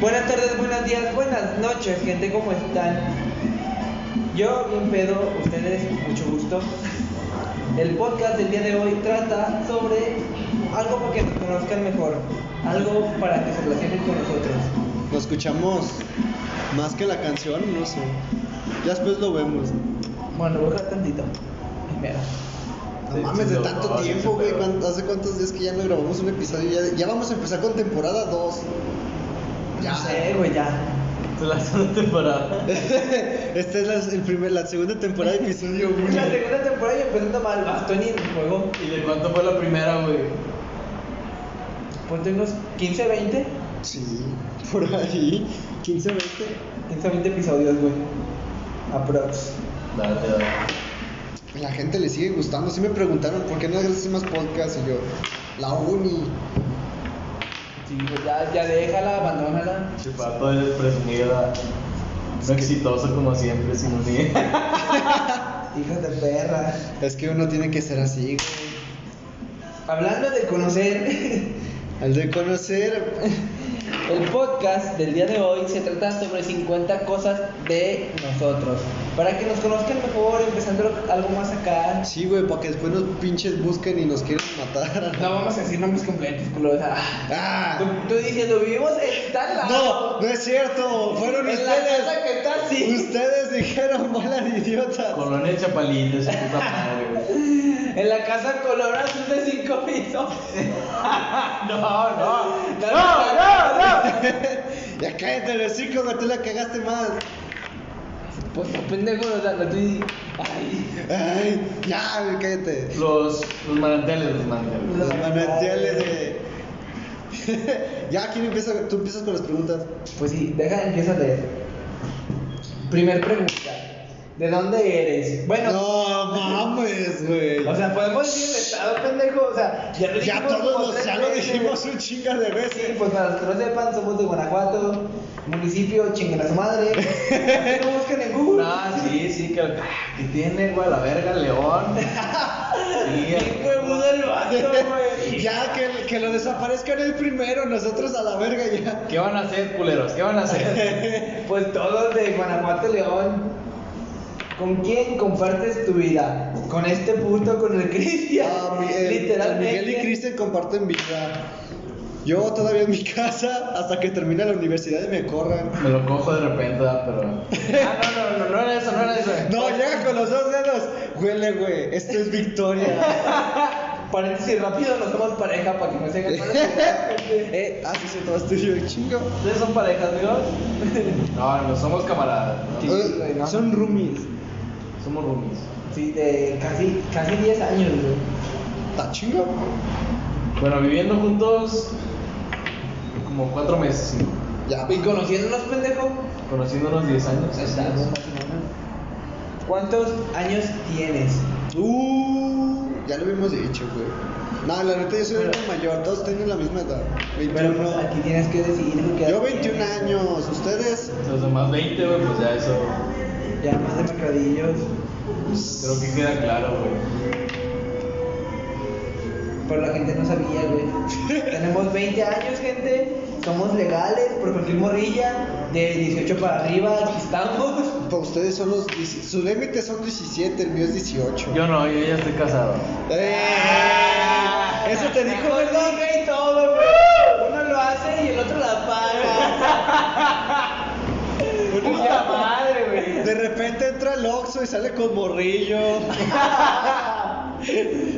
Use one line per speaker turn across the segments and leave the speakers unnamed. Buenas tardes, buenos días, buenas noches, gente, ¿cómo están? Yo, bien pedo, ustedes, mucho gusto. El podcast del día de hoy trata sobre algo para que nos conozcan mejor, algo para que se relacionen con nosotros.
Lo escuchamos más que la canción, no sé. Ya después lo vemos.
Bueno, voy a bajar tantito. Primero.
No mames, de tanto tiempo, güey. ¿cuán- ¿Hace cuántos días que ya no grabamos un episodio? Ya, ya vamos a empezar con temporada 2. Ya.
No sé, güey, ya.
La segunda temporada.
Esta es la, el primer, la segunda temporada de episodio
En
1.
La segunda temporada y empezando mal, bastón y Ah, en el juego.
¿Y de cuánto fue la primera, güey?
Pues tengo 15, 20,
Sí, por ahí. 15, 20.
15, 20 episodios, güey. Aprox.
Dale, dale.
La gente le sigue gustando. Sí me preguntaron por qué no haces más podcast y yo, la uni.
Sí, pues ya, ya déjala, abandónala.
Chupato es presumida. ah. No exitoso como siempre, sino ni.
Hija de perra.
Es que uno tiene que ser así, güey.
Hablando de conocer,
Al de conocer.
el podcast del día de hoy se trata sobre 50 cosas de nosotros. Para que nos conozcan mejor, empezando algo más acá.
Sí, güey, para que después nos pinches busquen y nos quieran matar.
No vamos a decir nombres completos, culo. o sea,
¡Ah!
tú, tú diciendo, vivimos en tal
No,
lado.
no es cierto. Fueron
en la casa
ustedes.
que está así.
Ustedes dijeron balas idiotas.
Colonia Chapalita, su puta madre, güey.
En la casa color azul de 5 pisos.
No, no.
No, no, no.
Ya cállate el hocico, güey, tú la cagaste más.
Pues pendejo, o sea, no estoy. Ay.
Ay, ya, güey, cállate.
Los, los manantiales, los manantiales.
Los manantiales de. ya, ¿quién empieza? Tú empiezas con las preguntas.
Pues sí, deja, empieza a leer. Primer pregunta. ¿De dónde eres? Bueno,
No mames, güey.
o sea, podemos decir el estado, pendejo. O sea, ya lo
Ya
dijimos como
todos los,
tres
ya lo
veces.
dijimos un chinga de
Sí,
veces.
pues para los que no sepan, somos de Guanajuato, municipio, chinguen a su madre. Así lo buscan en Google.
No, sí, sí, que, ah, que tiene, güey, la verga, el león. Sí,
Bien huevudo el vato, güey.
Ya que, que lo desaparezcan el primero, nosotros a la verga ya.
¿Qué van a hacer, culeros? ¿Qué van a hacer?
Pues todos de Guanajuato, León. ¿Con quién compartes tu vida? Con este puto, con el Cristian.
Ah, mi- el-
Literalmente.
el Miguel y Cristian comparten vida. Yo todavía en mi casa hasta que termine la universidad y me corran.
Me lo cojo de repente, ah, pero. Ah, no, no, no, no era eso, no era eso.
No, llega con los dos dedos. Huele, güey. Esto es victoria.
Paréntesis rápido, nos somos pareja para que no se hagan malos comentarios.
eh, ah, sí, se todo tuyo, chingo.
¿Ustedes son parejas, amigos? No, no, somos camaradas. ¿no?
Sí, güey, no.
Eh, Son roomies.
Somos roomies.
Sí, de casi, casi 10 años, güey.
¿Está chingo?
Bueno, viviendo juntos como cuatro meses, cinco.
Ya,
¿Y conociéndonos, pendejo?
Conociéndonos 10 años.
pues Está, güey, más o menos. ¿Cuántos años tienes?
Uh, ya lo habíamos dicho, güey. No, la neta, yo soy
Pero-
el mayor. Todos tienen la misma edad.
Pero
21.
pues, aquí tienes que decidir lo que
Yo 21 años. ¿Ustedes?
Los demás 20, güey, pues ya eso
Ya más de mercadillos.
creo que queda claro, güey.
Pero la gente no sabía, güey. Tenemos 20 años, gente. Somos legales por cualquier morrilla. De 18 para arriba, aquí estamos.
Para ustedes son los. dieci- Sus límites son 17, el mío es 18.
Yo no, yo ya estoy casado.
¡Eh! Eso te dijo, ¿verdad?
güey, todo, güey. Uno lo hace y el otro la paga.
Uno-
madre, güey.
De repente entra el Oxxo y sale con morrillo.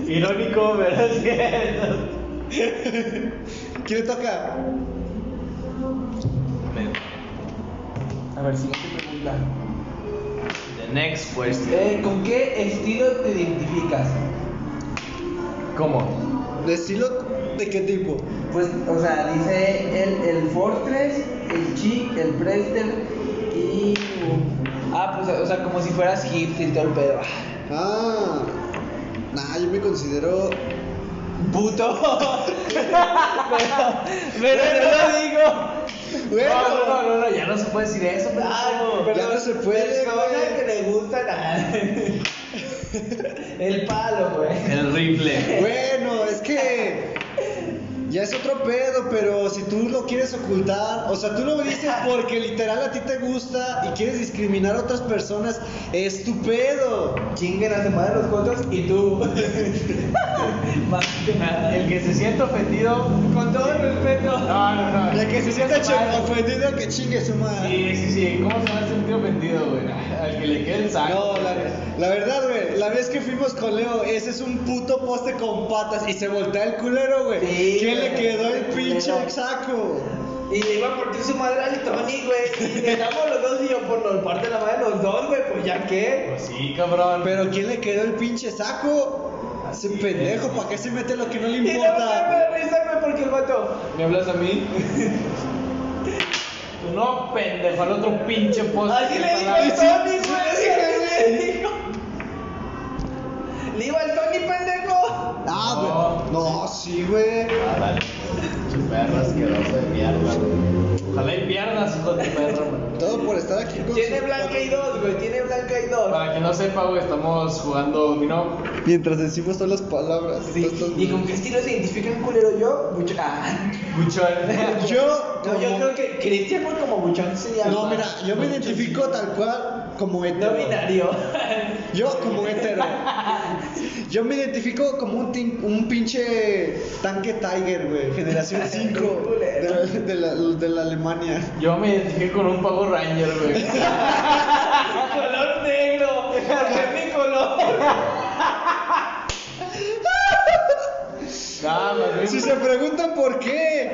Irónico, pero es cierto.
¿Quién le toca?
A ver, siguiente pregunta.
The next question.
Eh, ¿Con qué estilo te identificas?
¿Cómo?
¿De estilo de qué tipo?
Pues, o sea, dice el, el Fortress, el Chic, el Prester y. Ah, pues, o sea, como si fueras hipster y todo el pedo.
Ah. Nah, yo me considero.
Puto. pero no lo digo.
Bueno,
No, no, no, no, ya no se puede decir eso, pero.
Ah,
Ya no se puede,
Persona
güey.
que le gusta nada. El palo, güey.
El rifle.
Bueno, es que. Ya es otro pedo, pero si tú lo quieres ocultar, o sea, tú lo dices porque literal a ti te gusta y quieres discriminar a otras personas, es tu pedo.
Chinguen a semana los cuantos y tú. Más que nada.
El que se siente ofendido.
Con todo el respeto.
No, no, no.
La que se sienta
siente
ch- ofendido, que chingue su madre.
Sí, sí, sí. ¿Cómo se va a sentir ofendido, güey? Al que le quede el saco.
No, la, la verdad, güey, la vez que fuimos con Leo, ese es un puto poste con patas y se voltea el culero, güey.
Sí,
¿Quién le
güey.
quedó el pinche
Culero.
saco?
Y le iba a partir su madre al Tony, güey. Y le damos los dos y yo por lo parte de la madre los dos, güey, pues ya qué.
Pues sí, cabrón.
Pero ¿quién le quedó el pinche saco? Ese
Así es.
pendejo, ¿para qué se mete lo que no le
Y no me
importa?
da risa, güey, porque el vato.
¿Me hablas a mí? Tú no, pendejo, al otro pinche
Pues
poste.
Así le dijo
Palabras.
el Tony,
sí,
güey.
le dije,
así Le dijo. Le iba el Tony, pendejo.
Ah, güey. No, sí, güey.
Ah,
Dale. Su perro asqueroso de mierda, güey.
Ojalá y pierdas, hijo de perro, güey.
Todo por estar aquí con
Tiene
su-
blanca y dos, güey. Tiene blanca y dos.
Para quien no sepa, güey, estamos jugando dominó.
Mientras decimos todas las palabras.
Sí,
todas estas-
y con qué estilo se identifica el culero yo, buchón. Ah.
Mucho.
Yo,
No, yo
como-
creo que Cristian fue como buchón se llama.
No, mira, yo me identifico tal cual como
No
hetero.
binario.
Yo como hetero. Yo me identifico como un, tin- un pinche tanque Tiger, güey. Generación 5 de, la- de la, de la Alemania.
Yo me identifico con un Power Ranger, güey.
Ah, color negro. Porque es mi color.
Nada, más bien,
Si se preguntan por qué,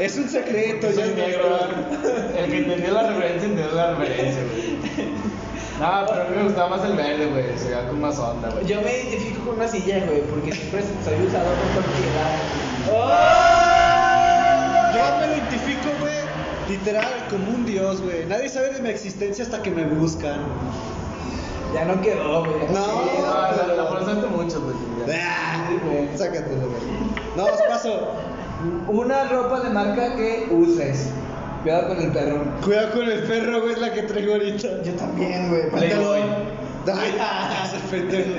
es un secreto. Ya
soy
es
negro. El que entendió la referencia, entendió la referencia, güey. Nada, pero a mí me gustaba más el verde, güey. Se veía con más onda, güey.
Yo me identifico con una silla, güey, porque siempre soy usado con propiedad.
Yo me identifico, güey, literal, como un dios, güey. Nadie sabe de mi existencia hasta que me buscan.
Ya no quedó, güey.
No.
No, la, la forzaste mucho, pues, güey. ya.
Ah,
Sí, güey.
Sácatelo, güey. No, os paso.
Una ropa de marca que uses. Cuidado con el perro.
Cuidado con el perro, güey, es la que traigo ahorita.
Yo también, güey.
Playboy.
Ay, ya se pendejo.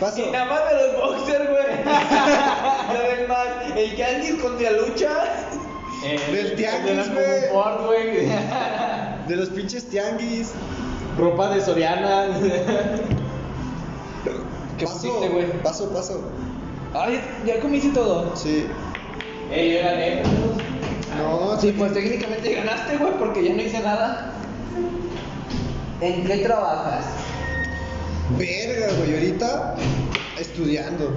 Paso.
Y nada más de los boxers, güey. Lo del más. El Yankees con lucha.
El-
Del
Eh, el
tianguis,
de la
güey.
Comfort, güey.
De los pinches tianguis.
Ropa de Soriana.
¿Qué
paso,
pusiste, güey?
Paso, paso.
Ay, ya comiste todo.
Sí.
Ey, yo gané.
No,
Sí,
sí.
pues técnicamente ganaste, güey, porque yo no hice nada. ¿En qué trabajas?
Verga, güey. Ahorita estudiando.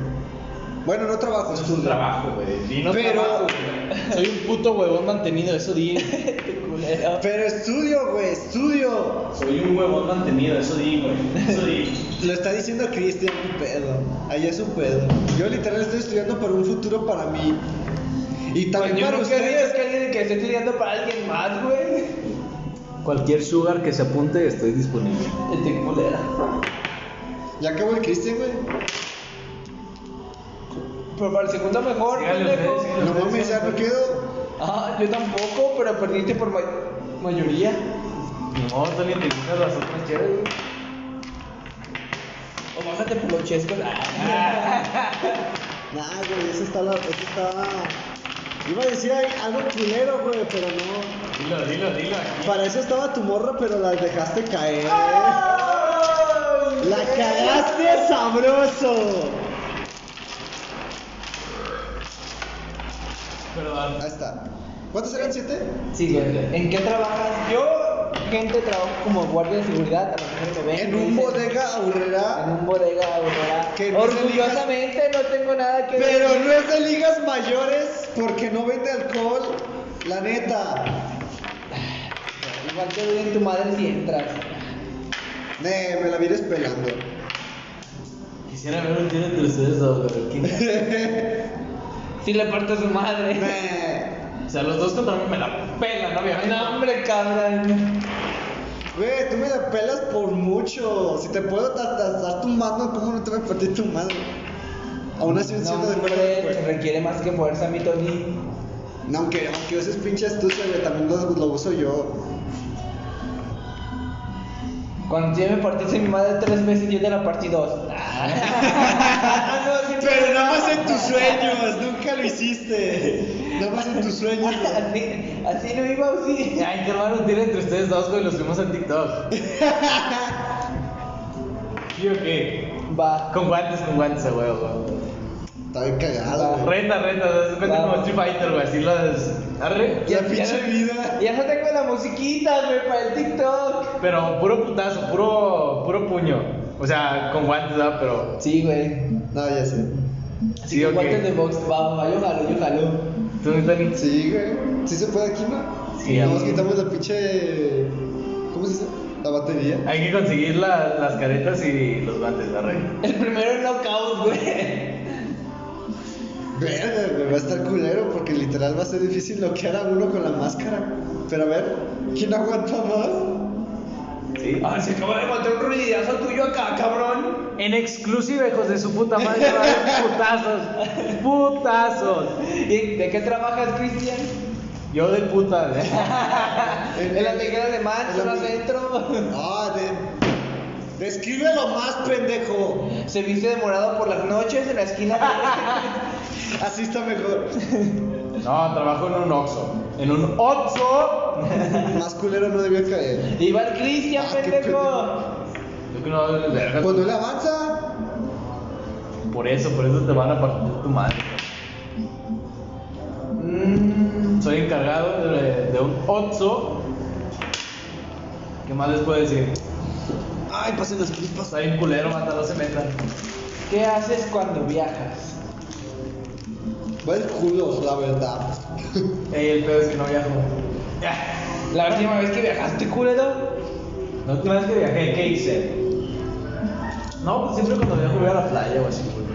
Bueno, no trabajo,
Es un
estudio.
trabajo, güey. Dinos
Pero-
trabajo, güey. Soy un puto huevón mantenido, eso di.
Culero.
Pero estudio, güey, estudio.
Soy un huevón mantenido, eso di, güey. Eso di.
Lo está diciendo Cristian, un pedo. Allá es un pedo. Yo literal estoy estudiando para un futuro para mí. Y también
Pues yo
para
no quería
ustedes.
es que alguien que esté estudiando para alguien más, güey.
Cualquier sugar que se apunte, estoy disponible.
Este culera.
Ya acabó el Cristian, güey.
Pero para el segundo mejor,
Sígale
pendejo.
ustedes, sígale.
No mames, ya no quedo.
Ah, yo tampoco, pero perdiste por ma- mayoría.
No, Tony, te gustan las otras chéveres, güey.
O bájate por los chescos. Ah.
Nah, güey, esa está la. Esa está. Iba a decir ahí algo culero, güey, pero no.
Dilo, dilo, dilo aquí.
Para eso estaba tu morra, pero la dejaste caer. La cagaste sabroso.
Perdón.
Ahí está. ¿Cuántos eran siete?
Sí, güey. ¿En qué trabajas? Yo, gente, trabajo como guardia de seguridad. A lo mejor me ven.
En
me
un
dicen-
bodega
En
aurrera.
un bodega, aurrera.
Que no
Orgullosamente no tengo nada que ver.
Pero no es de ligas mayores porque no vende alcohol. La neta.
Igual te doy en tu madre si entras.
Ne, me la vienes pelando.
Quisiera ver un tiro entre ustedes dos, pero ¿quién?
Si le parto a su madre.
Ne.
O sea, los dos contra mí me la pelan, obviamente.
No, hombre, cabrón.
Güey, tú me la pelas por mucho. Si te puedo ta- ta- dar tu mano, ¿cómo no te voy a partir tu mano? Aún así, un
No,
siento de
hombre,
fuerza, güey.
requiere más que fuerza, mi Tony.
No, aunque, aunque uses pinche astucia, güey, también lo, lo uso yo.
Cuando yo me partiste mi madre tres veces, yo te la partí dos. Ah, no, si
Pero nada más en tus sueños, nunca lo hiciste. Nada más en tus sueños. güey.
Así, así no iba o sí.
Ay, qué raro tiro entre ustedes dos, güey. Los subimos al TikTok. ¿Sí o qué?
Va.
Con guantes, con guantes, a huevo.
Está bien cagado, güey.
Reta, reta. Se cuenta
Va.
como Street Fighter, güey. Así las. Arre.
La
Ya-
pinche
ya-
vida.
Ya no tengo la musiquita, güey, para el TikTok.
Pero puro putazo, puro, puro puño. O sea, con guantes, ¿verdad? Pero.
Sí, güey.
No, ya sé.
Así
Sí,
que
ok.
guantes de box, va, va, yo jalo, yo jalo.
¿Tú, mi Tony?
Sí, güey. ¿Sí se puede aquí, no?
Sí,
Nos
ya.
quitamos la pinche. ¿Cómo se dice? La batería.
Hay que conseguir la- las caretas y los guantes, arre.
El primero es knockout, güey.
Verga, güey. Va a estar culero porque literal va a ser difícil bloquear a uno con la máscara. Pero a ver, ¿quién aguanta más?
Sí.
Ah, se acaba de matar un ruidazo tuyo acá, cabrón.
En exclusiva, hijos de su puta madre, va a haber putazos. Putazos.
¿Y de qué trabajas, Cristian?
Yo de puta. ¿eh?
En la tijera de
en
manchas
la-
adentro.
Eh, Ah, de... Descríbelo más, pendejo.
Se viste de morado por las noches en la esquina. de-
Así está mejor.
No, trabajo en un Oxxo. En un Oxxo.
Más culero no debió caer.
Y va el Cristian,
Ah, qué
pendejo.
Yo que no hablo de verga.
Cuando él avanza,
Por eso, por eso te van a partir tu madre.
Mm,
Soy encargado de, de un Oxxo. ¿Qué más les puedo decir?
ay, pasen las chispas.
Está bien culero, mata, no se metan.
¿Qué haces cuando viajas?
Va el culo, la verdad.
Ey, el pedo es que no viajo.
La última vez que viajaste, culero.
La última vez que viajé, ¿qué hice? No, pues siempre cuando viajo voy a la playa o así, güey.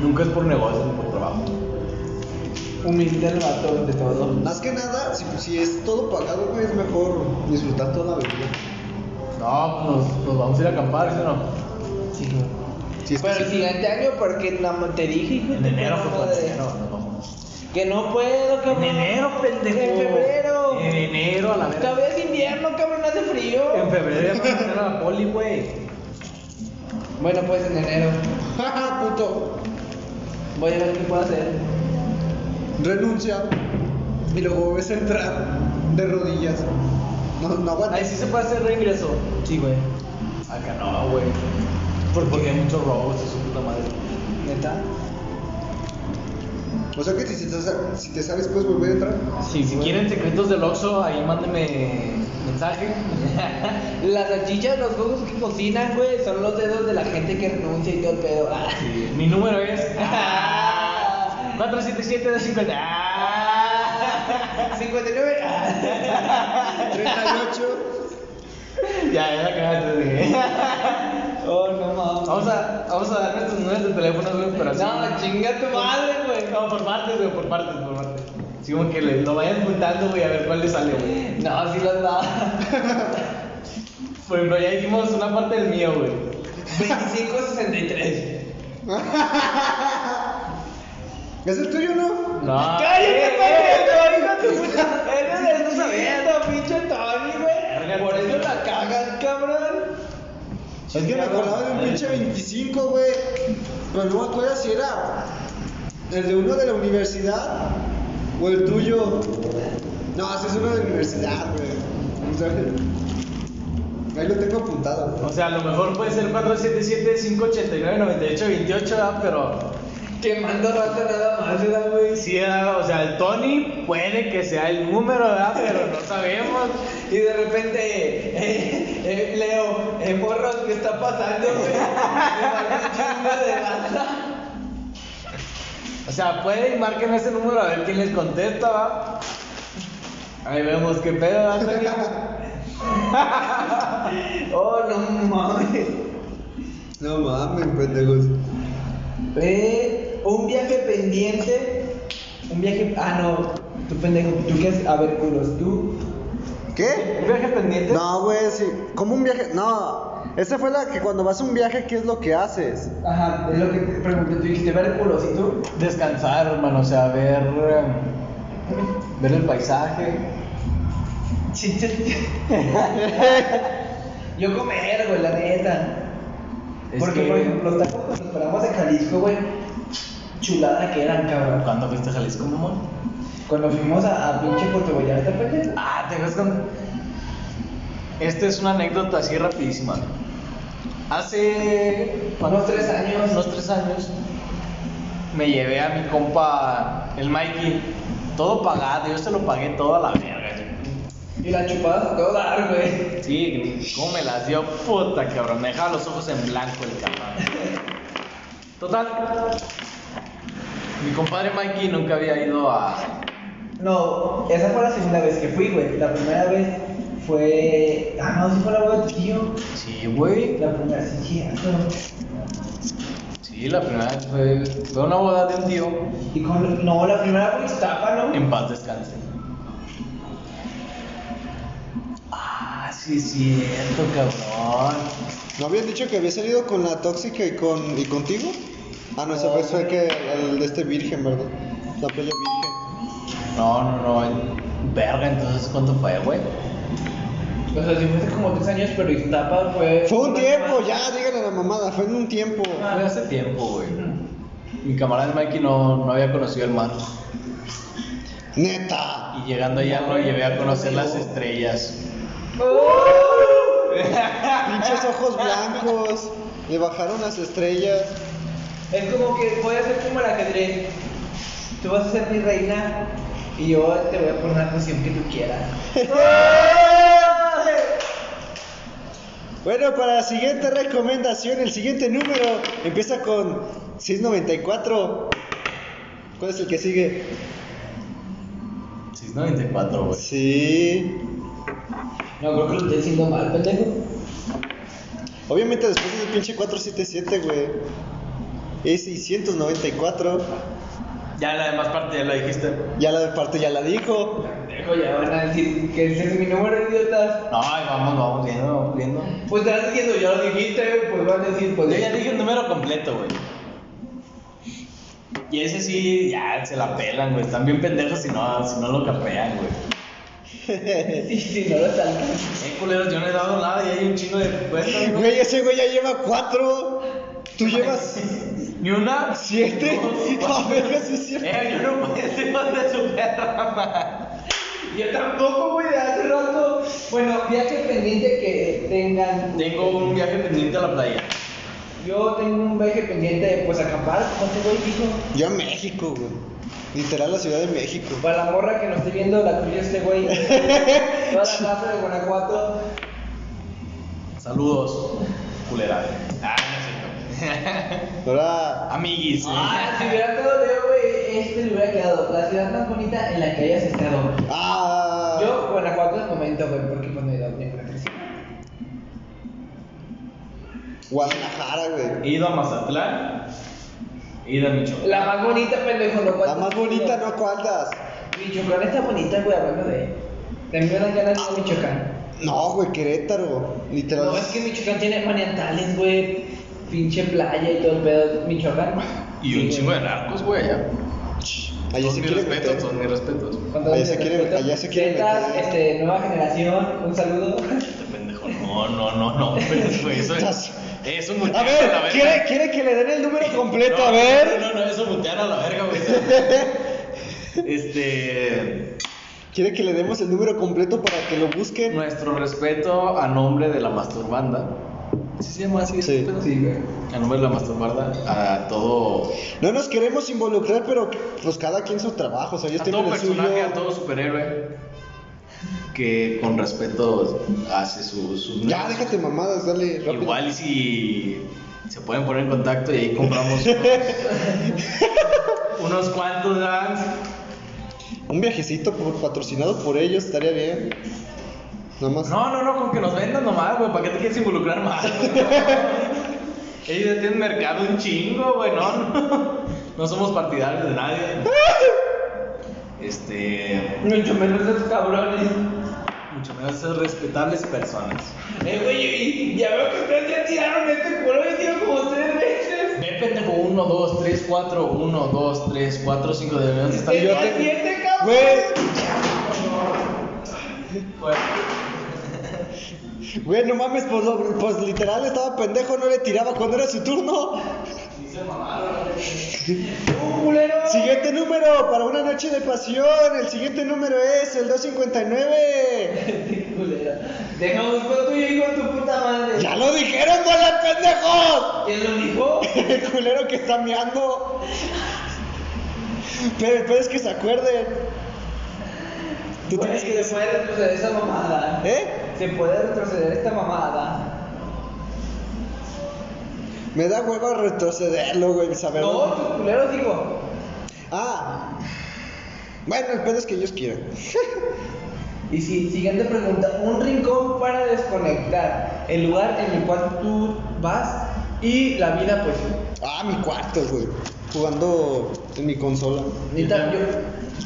Nunca es por negocio ni por trabajo.
Humilde el vato de todo.
Más que nada, si, si es todo pagado, güey, es mejor disfrutar toda la vida.
No, pues nos, nos vamos a ir a acampar, ¿sí o no?
Sí.
Si es que
Pero el
sí.
siguiente año, porque nada más te dije, hijo de
En
tu
enero fue
puta
cuando
madre.
enero, nos vamos.
Que no puedo, cabrón. En febrero.
En enero, a la verga.
Todavía es invierno, cabrón, hace frío.
En febrero ya vamos a ir a la poli, güey.
Bueno, pues en enero.
Jaja, puto.
Voy a ver qué puedo hacer.
Renuncia y luego ves entrar de rodillas. No, no aguanta.
Ahí sí se puede hacer reingreso.
Sí, güey.
Acá no, güey. Porque hay muchos robos y su puta madre.
¿Neta?
O sea que si, te sa- si te sales, puedes volver a entrar.
Sí, si quieren secretos del Oxxo, ahí mándenme mensaje.
Las salchichas, los jugos que cocinan, güey, son los dedos de la gente que renuncia y todo el pedo. Ah.
Sí, Mi número es 477 de 50. Ah.
59. Ah.
38.
Ya, ya la cagaste. güey.
Oh, no mames.
Vamos a, vamos a dar nuestros números de teléfono, güey, pero así.
No, chinga tu madre, güey.
No, por partes, güey, por partes, por partes. Sí, como que le- lo vayan juntando, güey, a ver cuál le sale, güey.
No, sí los da.
Por ejemplo, ya dijimos una parte del mío, güey.
25, 63.
¿Es el tuyo, no?
No. Eh,
¡Cállate, padre! ¡Hijo de tu puta! ¡Eres
Sí,
el
tú sabías.
sabiendo, pinche Tony, güey!
Verga,
Por
Tony.
eso la cagas, cabrón.
eh. Es que me acordaba de un pinche 25, güey. Pero no me acuerdo si era el de uno de la universidad o el tuyo. No, ese es uno de la universidad, güey. O sea, Ahí lo tengo apuntado. güey.
O sea, a lo mejor puede ser 477-589-9828, ¿verdad? pero
Quemando rato nada más, era, güey.
sí, ¿verdad? o sea, el Tony puede que sea el número, ¿verdad? pero no sabemos.
Y de repente, eh, eh, Leo, eh, morros, ¿qué está pasando, güey? Me falta un chingo de banda.
O sea, pueden y marquen ese número a ver quién les contesta, ¿va? Ahí vemos qué pedo, ¿verdad, Tony?
Oh, no mames.
No mames, pendejos.
Eh, un viaje pendiente. Un viaje. Ah, no. Tú pendejo, tú qué haces? A ver, culos, tú.
¿Qué?
¿Un viaje pendiente?
No, güey, sí. ¿Cómo un viaje? No. Esa fue la que cuando vas a un viaje, ¿qué es lo que haces?
Ajá, es lo que te pregunté, tú dijiste ver culos y tú.
Descansar, hermano, o sea, ver, em, ver el paisaje.
Sí, sí. Yo comer, güey, la neta.
Es
Porque,
que-
por ejemplo, los tacos cuando los paramos de Jalisco, güey. chulada que eran, cabrón.
¿Cuándo fuiste a Jalisco, mamón?
Cuando fuimos a, a pinche Puerto Vallarta, pues, pendejo.
Ah, te ves con. Esta es una anécdota así rapidísima. Hace.
Unos tres años.
Unos tres años. Me llevé a mi compa, el Mikey. Todo pagado, yo se lo pagué todo a la verga.
Y la chupada se dar, güey.
Sí, cómo me las dio, puta cabrón. Me dejaba los ojos en blanco el cabrón. Total. Mi compadre Mikey nunca había ido a,
No, esa fue la segunda vez que fui, güey. La primera vez fue. Ah, no, sí fue la boda de tu tío.
Sí, güey.
La primera, sí, cierto.
Sí, la primera vez fue, fue una boda de un tío.
Y con. No, la primera fue Iztapa, ¿no?
En paz descanse. Ah, sí, es cierto, cabrón.
¿No habían dicho que había salido con la tóxica y, con, y contigo? Ah, no, esa vez fue que el de este virgen, ¿verdad? La playa virgen.
No, no, no. en- Verga, entonces, ¿cuánto fue, güey?
O sea, sí fue hace como tres años, pero Iztapa fue.
Fue un tiempo, ya, díganle a la mamada, fue en un tiempo.
Fue hace tiempo, güey. Mi camarada Mikey no, no había conocido el mar.
Neta.
Y llegando allá lo llevé a conocer las estrellas.
¡Uh!
Pinches ojos blancos. Le bajaron las estrellas.
Es como que voy a ser como el ajedrez. Tú vas a ser mi reina y yo te voy a poner la posición que tú quieras.
Bueno, para la siguiente recomendación, el siguiente número empieza con 694. ¿Cuál es el que sigue?
694, güey.
Sí.
No, creo que lo estoy haciendo mal, pendejo.
Obviamente después es el pinche 477, güey. Es 694.
Ya la demás parte ya la dijiste.
Ya la de parte ya la dijo.
Pendejo, ya van a decir que ese es mi número, idiotas.
No, ahí vamos, vamos viendo, vamos viendo.
Pues te están diciendo, ya lo dijiste, pues van a decir, pues.
Yo ya dije el número completo, güey. Y ese sí, ya se la pelan, güey. Están bien pendejos si no, si no lo capean, güey.
Sí, sí, no lo alcanzas.
Eh, culeros, yo no he dado nada y hay un chingo de puestas, güey.
Güey, ese güey ya lleva 4. Tú llevas
Ni una.
7. A ver, sí es cierto.
Eh, yo no puedo decir más de su perra, man.
Yo tampoco, güey, de hace rato. Bueno, viaje pendiente que tengan.
Tengo un viaje pendiente a la playa.
Yo tengo un viaje pendiente de pues acampar, como este güey dijo.
Yo a México, güey. Literal, la ciudad de México.
Para la morra que nos esté viendo, la tuya este güey. Toda la raza de Guanajuato.
Saludos, culera. Ah, no es cierto.
Ahora,
Amiguis.
Ah, si hubiera estado Leo, güey, este le hubiera quedado la ciudad más bonita en la que hayas estado.
ah,
Yo, Guanajuato, al momento, güey, porque pues no he ido a ninguna crecí.
Guadalajara, güey.
He ido a Mazatlán. He ido a Michoacán.
La más bonita, pendejo, no
La más bonita, no cuantas.
Michoacán está bonita, güey, hablando de. De mí me dan ganas de ir a Michoacán.
No, güey, Querétaro. Literal.
No, es que Michoacán tiene maniatales, güey. Pinche playa y todo el pedo. Michoacán.
Y un chingo de narcos, güey, allá.
Allá
Todos
se
mis
quiere
respetos,
meter.
todos mis respetos.
Cuando
Allá se quiere-
respeto,
allá se quiere
Zetas,
meter.
este, nueva generación, un saludo.
Este pendejo, no, no, no, no, pero güey, eso es.
Estás-
Eso es mutear
A
a la
ver,
verga.
¿quiere, quiere que le den el número completo,
No,
a ver.
No, no, no, eso mutear a la verga, güey. Este.
¿Quiere que le demos el número completo para que lo busquen?
Nuestro respeto a nombre de la masturbanda. ¿Sí se llama así?
Sí.
este pedo?
Sí, güey.
A nombre de la masturbanda, a todo.
No nos queremos involucrar, pero pues cada quien su trabajo. O sea, ellos
a
tienen
todo
el suyo.
personaje, a todo superhéroe que con respeto hace su, su-
Ya, déjate mamadas, dale rápido.
igual y si se pueden poner en contacto y ahí compramos unos, unos cuantos dance
Un viajecito por- patrocinado por ellos estaría bien. Nada más.
no no no con que nos vendan nomás güey para qué te quieres involucrar más güey? ellos ya tienen mercado un chingo güey no no, no somos partidarios de nadie este
Mucho menos los cabrones.
mucho menos ser respetables personas
Eh, güey, y- ya veo que ustedes ya tiraron este culo y tiro como tres veces.
Ve, pendejo, 1, 2, 3, 4, 1, 2, 3, 4, 5, de verdad está
Y
Tenía
yo te-
siete, cabrón.
Güey,
Güey,
güey, no mames, pues, lo- pues literal estaba pendejo, no le tiraba cuando era su turno.
sí se mamaron.
Uh,
Siguiente número para una noche de pasión. El siguiente número es el 259.
Qué culera. Deja busco el tuyo, hijo de tu puta madre.
¡Ya lo dijeron, bola de pendejos!
¿Quién lo dijo?
El culero que está meando. Pero el pedo es que se acuerden. Tú
Güey,
tienes que
Se
decir.
puede retroceder esa mamada.
¿Eh?
Se puede retroceder esta mamada.
Me da huevo retrocederlo, güey, saber.
No,
dónde-
tus culeros, digo.
Ah. Bueno, el pedo es que ellos quieren.
Y sí, siguiente pregunta, un rincón para desconectar, el lugar en el cual tú vas y la vida pues...
Ah, mi cuarto, güey. Jugando en mi consola.
Neta, yo,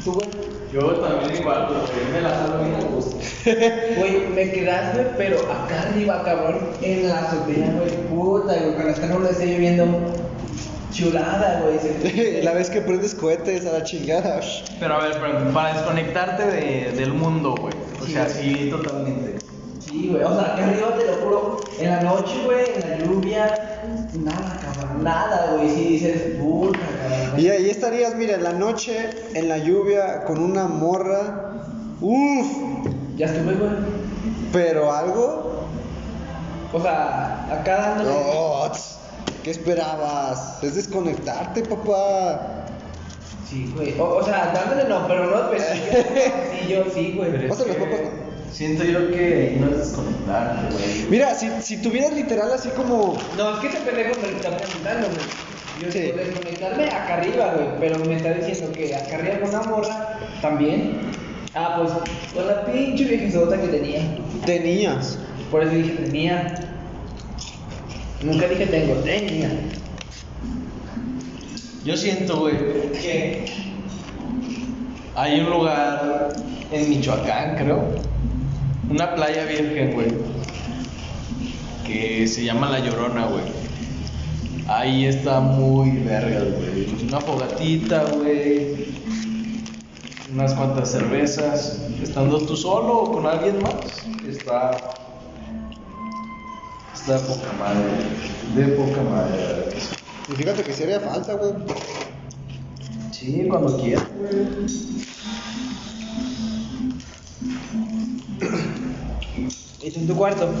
tú, güey,
Yo también igual,
pues,
porque yo me la salgo bien a gusto.
güey, me quedaste, pero acá arriba, cabrón, en la azotea, güey, puta, güey, cuando está nublado está lloviendo, chulada, güey. se-
La vez que prendes cohetes a la chingada.
Pero a ver, pero para desconectarte de- del mundo, güey. O
Sí,
sea,
güey.
sí, totalmente.
Sí, güey, o sea, acá arriba te lo juro, en la noche, güey, en la lluvia, nada, cabrón, nada, güey, sí, dices, puta, cabrón.
Y ahí estarías, mira, en la noche, en la lluvia, con una morra. Uf,
Ya estuve, güey.
pero algo.
O sea, acá dándole.
No, tss, ¿Qué esperabas? Es desconectarte, papá.
Sí, güey. O, o sea, dándole no, pero no pues, Sí, yo sí, güey.
Pásale las papas.
Siento yo que no es desconectarte, güey.
Mira, si, si tuvieras literal así como.
No, es que este pendejo me está preguntando, güey. Yo
Sí.
digo, desconectarme acá arriba, güey. Pero me está diciendo que acá arriba con una morra también. Ah, pues, con la pinche viejezota que tenía.
Tenías.
Por eso dije tenía. Nunca dije tengo, tenía.
Yo siento, güey, que hay un lugar en Michoacán, creo. Una playa virgen, güey. Que se llama La Llorona, güey. Ahí está muy verga, güey. Pues Una fogatita, güey. Unas cuantas cervezas. Estando tú solo o con alguien más. Está. Está de poca madre. güey. De poca madre, la verdad que sí.
Y fíjate que sería falta, güey.
Sí, cuando quieras.
Y tú en tu cuarto.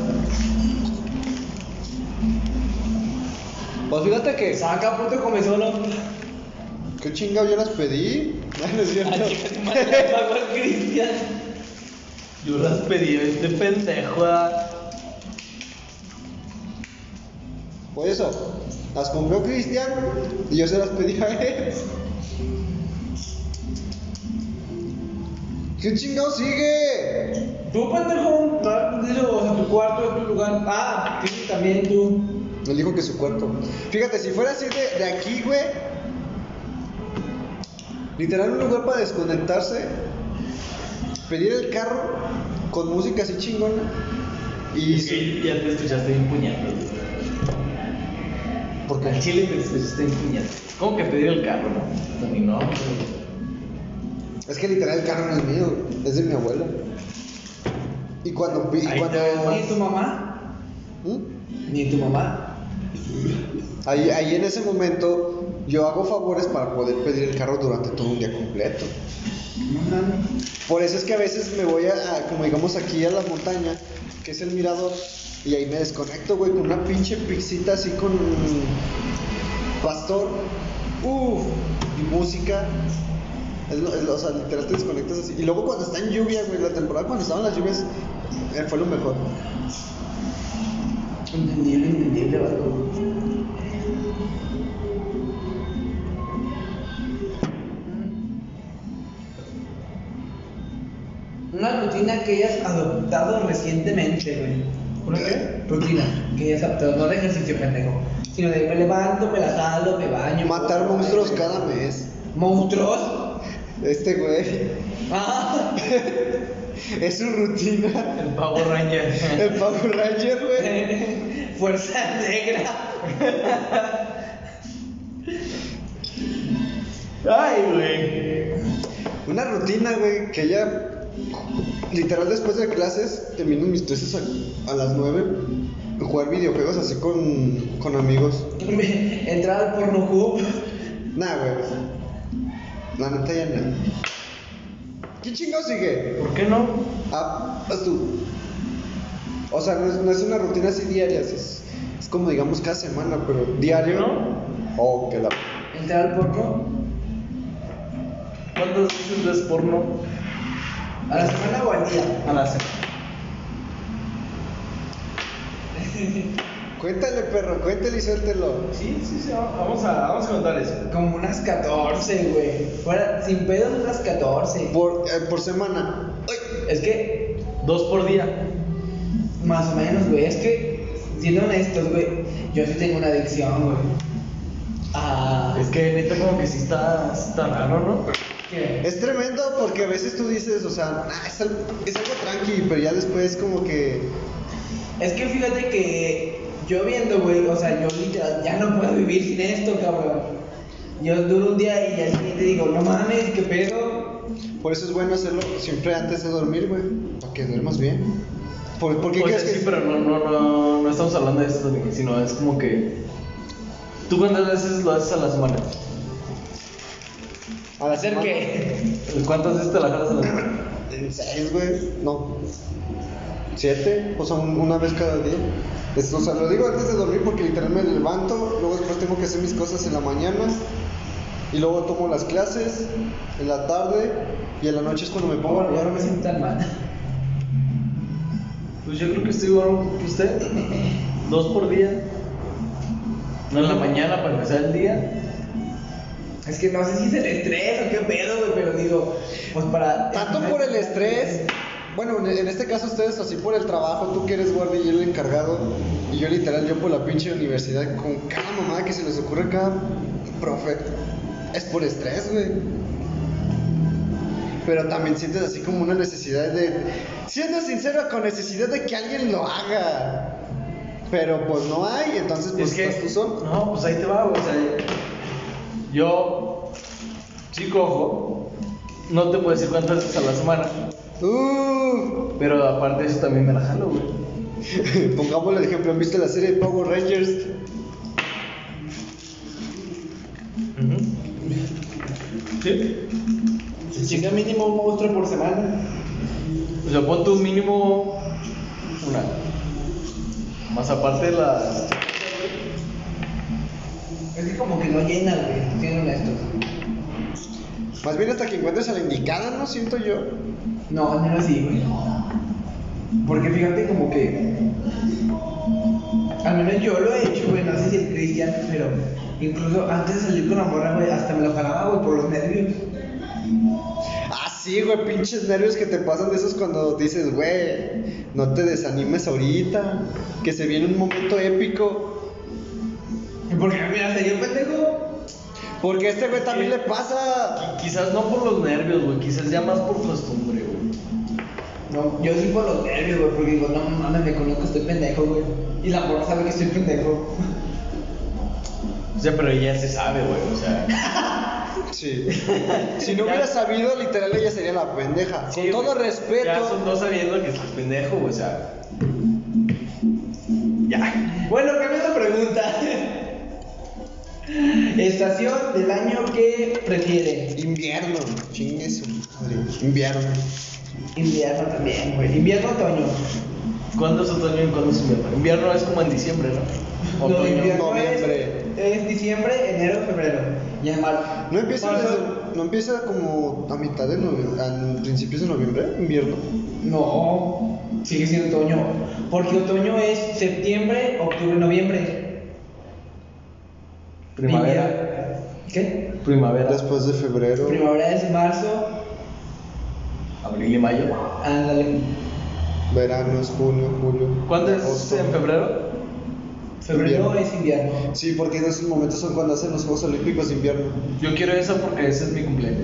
Pues fíjate que.
Saca puto come solo.
¿Qué chingado yo las pedí? Ay, no es cierto.
Pago al Cristian.
Yo las pedí a este pendejo. ah.
Por eso, las compró Cristian y yo se las pedí a él. ¿Qué chingado sigue?
Tú, pendejo, no, dilo, o sea, tu cuarto es tu lugar. Ah, tienes también tú.
Me dijo que su cuerpo. Fíjate, si fuera así de, de aquí, güey. Literal, un lugar para desconectarse. Pedir el carro con música así chingona. Y. su-
Sí, ya te escuchaste bien puñado. Porque al chile te escuchaste bien puñado. ¿Cómo que pedir el carro, no? También no.
Es que literal, el carro no es mío, es de mi abuelo. Y cuando. Y
Ahí
cuando
te ves
Ni tu mamá.
¿Mm?
Ni tu mamá.
Ahí, ahí en ese momento yo hago favores para poder pedir el carro durante todo un día completo. Por eso es que a veces me voy a, a- como digamos aquí a la montaña, que es el mirador, y ahí me desconecto, güey, con una pinche pixita así con pastor, uff, y música. Es lo- es lo- o sea, literal te desconectas así. Y luego cuando está en lluvia, güey, la temporada cuando estaban las lluvias, eh, fue lo mejor.
Entendible, entendible, vato. Una rutina que hayas adoptado recientemente, güey.
¿Una qué?
Rutina. Que hayas adoptado, no de ejercicio, pendejo. Sino de me levanto, me la jalo, me baño.
Matar monstruos cada mes.
¿Monstruos?
Este güey
Ah.
es su rutina.
El Power Ranger.
El Power Ranger, güey.
Fuerza negra.
Ay, güey.
Una rutina, güey, que ya. Literal, después de clases, termino mis clases a, a las 9. Jugar videojuegos así con, con amigos.
Entrar al porno
Nah, güey. La neta ya no. ¿Qué chingados sigue?
¿Por qué no?
Ah, haz tú. O sea, no es, no es una rutina así diaria, es, es como digamos cada semana, pero diario.
¿No?
Oh, que la.
Entrar al porno.
¿Cuántas veces ves porno
¿A la semana o al día?
a la semana?
Cuéntale, perro, cuéntale y suéltelo.
Sí, sí, sí, vamos a, vamos a contar eso.
Como unas 14, güey. Fuera, sin pedos, unas 14.
Por, eh, por semana.
Es que,
Dos por día.
más o menos, güey. Es que, siendo honestos, güey, yo sí tengo una adicción, güey. Ah,
Es que neta como que sí está, está raro, ¿no?
¿qué?
Es tremendo porque a veces tú dices, o sea, "Ah, es, algo, es algo tranqui, pero ya después como que.
Es que fíjate que yo viendo, güey, o sea, yo literal ya no puedo vivir sin esto, cabrón. Yo duro un día y al siguiente digo, no mames, qué pedo.
Por eso es bueno hacerlo siempre antes de dormir, güey. Para que duermas bien. ¿Por, por qué
o sea,
crees que.?
sí, Pues pero no, no, no, no estamos hablando de eso, sino es como que... ¿Tú cuántas veces lo haces a la semana?
A la
¿Hacer
semana?
qué?
¿Cuántas veces te la jalas a la semana?
¿Seis, güey? No. ¿Siete? O sea, un- una vez cada día. Es- o sea, lo digo antes de dormir porque literal me levanto, luego después tengo que hacer mis cosas en la mañana, y luego tomo las clases, en la tarde, y en la noche es cuando me pongo a
Bueno, ya no
jugar.
me siento tan mal.
Pues yo creo que estoy igual que usted. Dos por día. Una en la mañana para empezar el día.
Es que no sé si es el estrés o qué pedo, güey, pero digo, pues para.
Tanto por el estrés. Bueno, en- en este caso ustedes así por el trabajo, tú que eres guardia y yo el encargado, y yo literal yo por la pinche universidad con cada mamada que se les ocurre a cada profe. Es por estrés, güey. Pero también sientes así como una necesidad de siendo sincero con necesidad de que alguien lo haga. Pero pues no hay, entonces pues estás tú solo.
No, pues ahí te va, güey. O sea, yo, sí cojo, no te puedo decir cuántas veces a la semana.
Uh,
Pero aparte de eso también me la jalo, güey.
pongámosle de ejemplo, ¿han visto la serie de Power Rangers?
Sí.
Se chinga mínimo un monstruo por semana.
O sea, pon tu mínimo una. Más aparte de las.
Es que como que no llena, güey, siendo honestos.
Más bien hasta que encuentres a la indicada, ¿no? Siento yo.
No, no así, güey. Porque fíjate como que. Al menos yo lo he hecho, güey, no sé si el Cristian, pero incluso antes de salir con la morra, güey, hasta me lo jalaba, güey, por los nervios.
Ah, sí, güey, pinches nervios que te pasan de esos cuando dices, güey, no te desanimes ahorita, que se viene un momento épico.
¿Y por qué me miraste yo, pendejo?
Porque a este güey también le pasa.
Quizás no por los nervios, güey. Quizás ya más por costumbre, güey.
No, yo sí por los nervios, güey, porque digo, no mames, me conozco, estoy pendejo, güey. Y la morra sabe que estoy pendejo.
O sea, pero ya se sabe, güey. O sea.
Sí. Si no hubiera sabido, literal, ella sería la pendeja.
Sí,
Con todo
güey. Ya
respeto.
son dos sabiendo que estás pendejo, güey. O sea. Ya.
Bueno, cambiando de pregunta. Estación del año que prefieren.
Invierno. Chingue su madre. Invierno.
Invierno también, güey. Invierno, otoño.
¿Cuándo es otoño y cuándo es invierno? Invierno es como en diciembre, ¿no?
No, invierno
noviembre.
Es, es diciembre, enero, febrero. Ya es marzo.
No empieza,
Marzo-
desde- no empieza como a mitad de noviembre, a principios de noviembre, invierno.
No, sigue siendo otoño. Porque otoño es septiembre, octubre, noviembre.
Primavera.
Invierno- ¿Qué?
Primavera.
Después de febrero.
Primavera es marzo.
Abril y mayo.
Ándale.
Verano es junio, julio.
¿Cuándo es
agosto.
en febrero?
Febrero
Invierno.
es invierno.
Sí, porque en esos momentos son cuando hacen los Juegos Olímpicos de invierno.
Yo quiero esa porque ese es mi cumpleaños.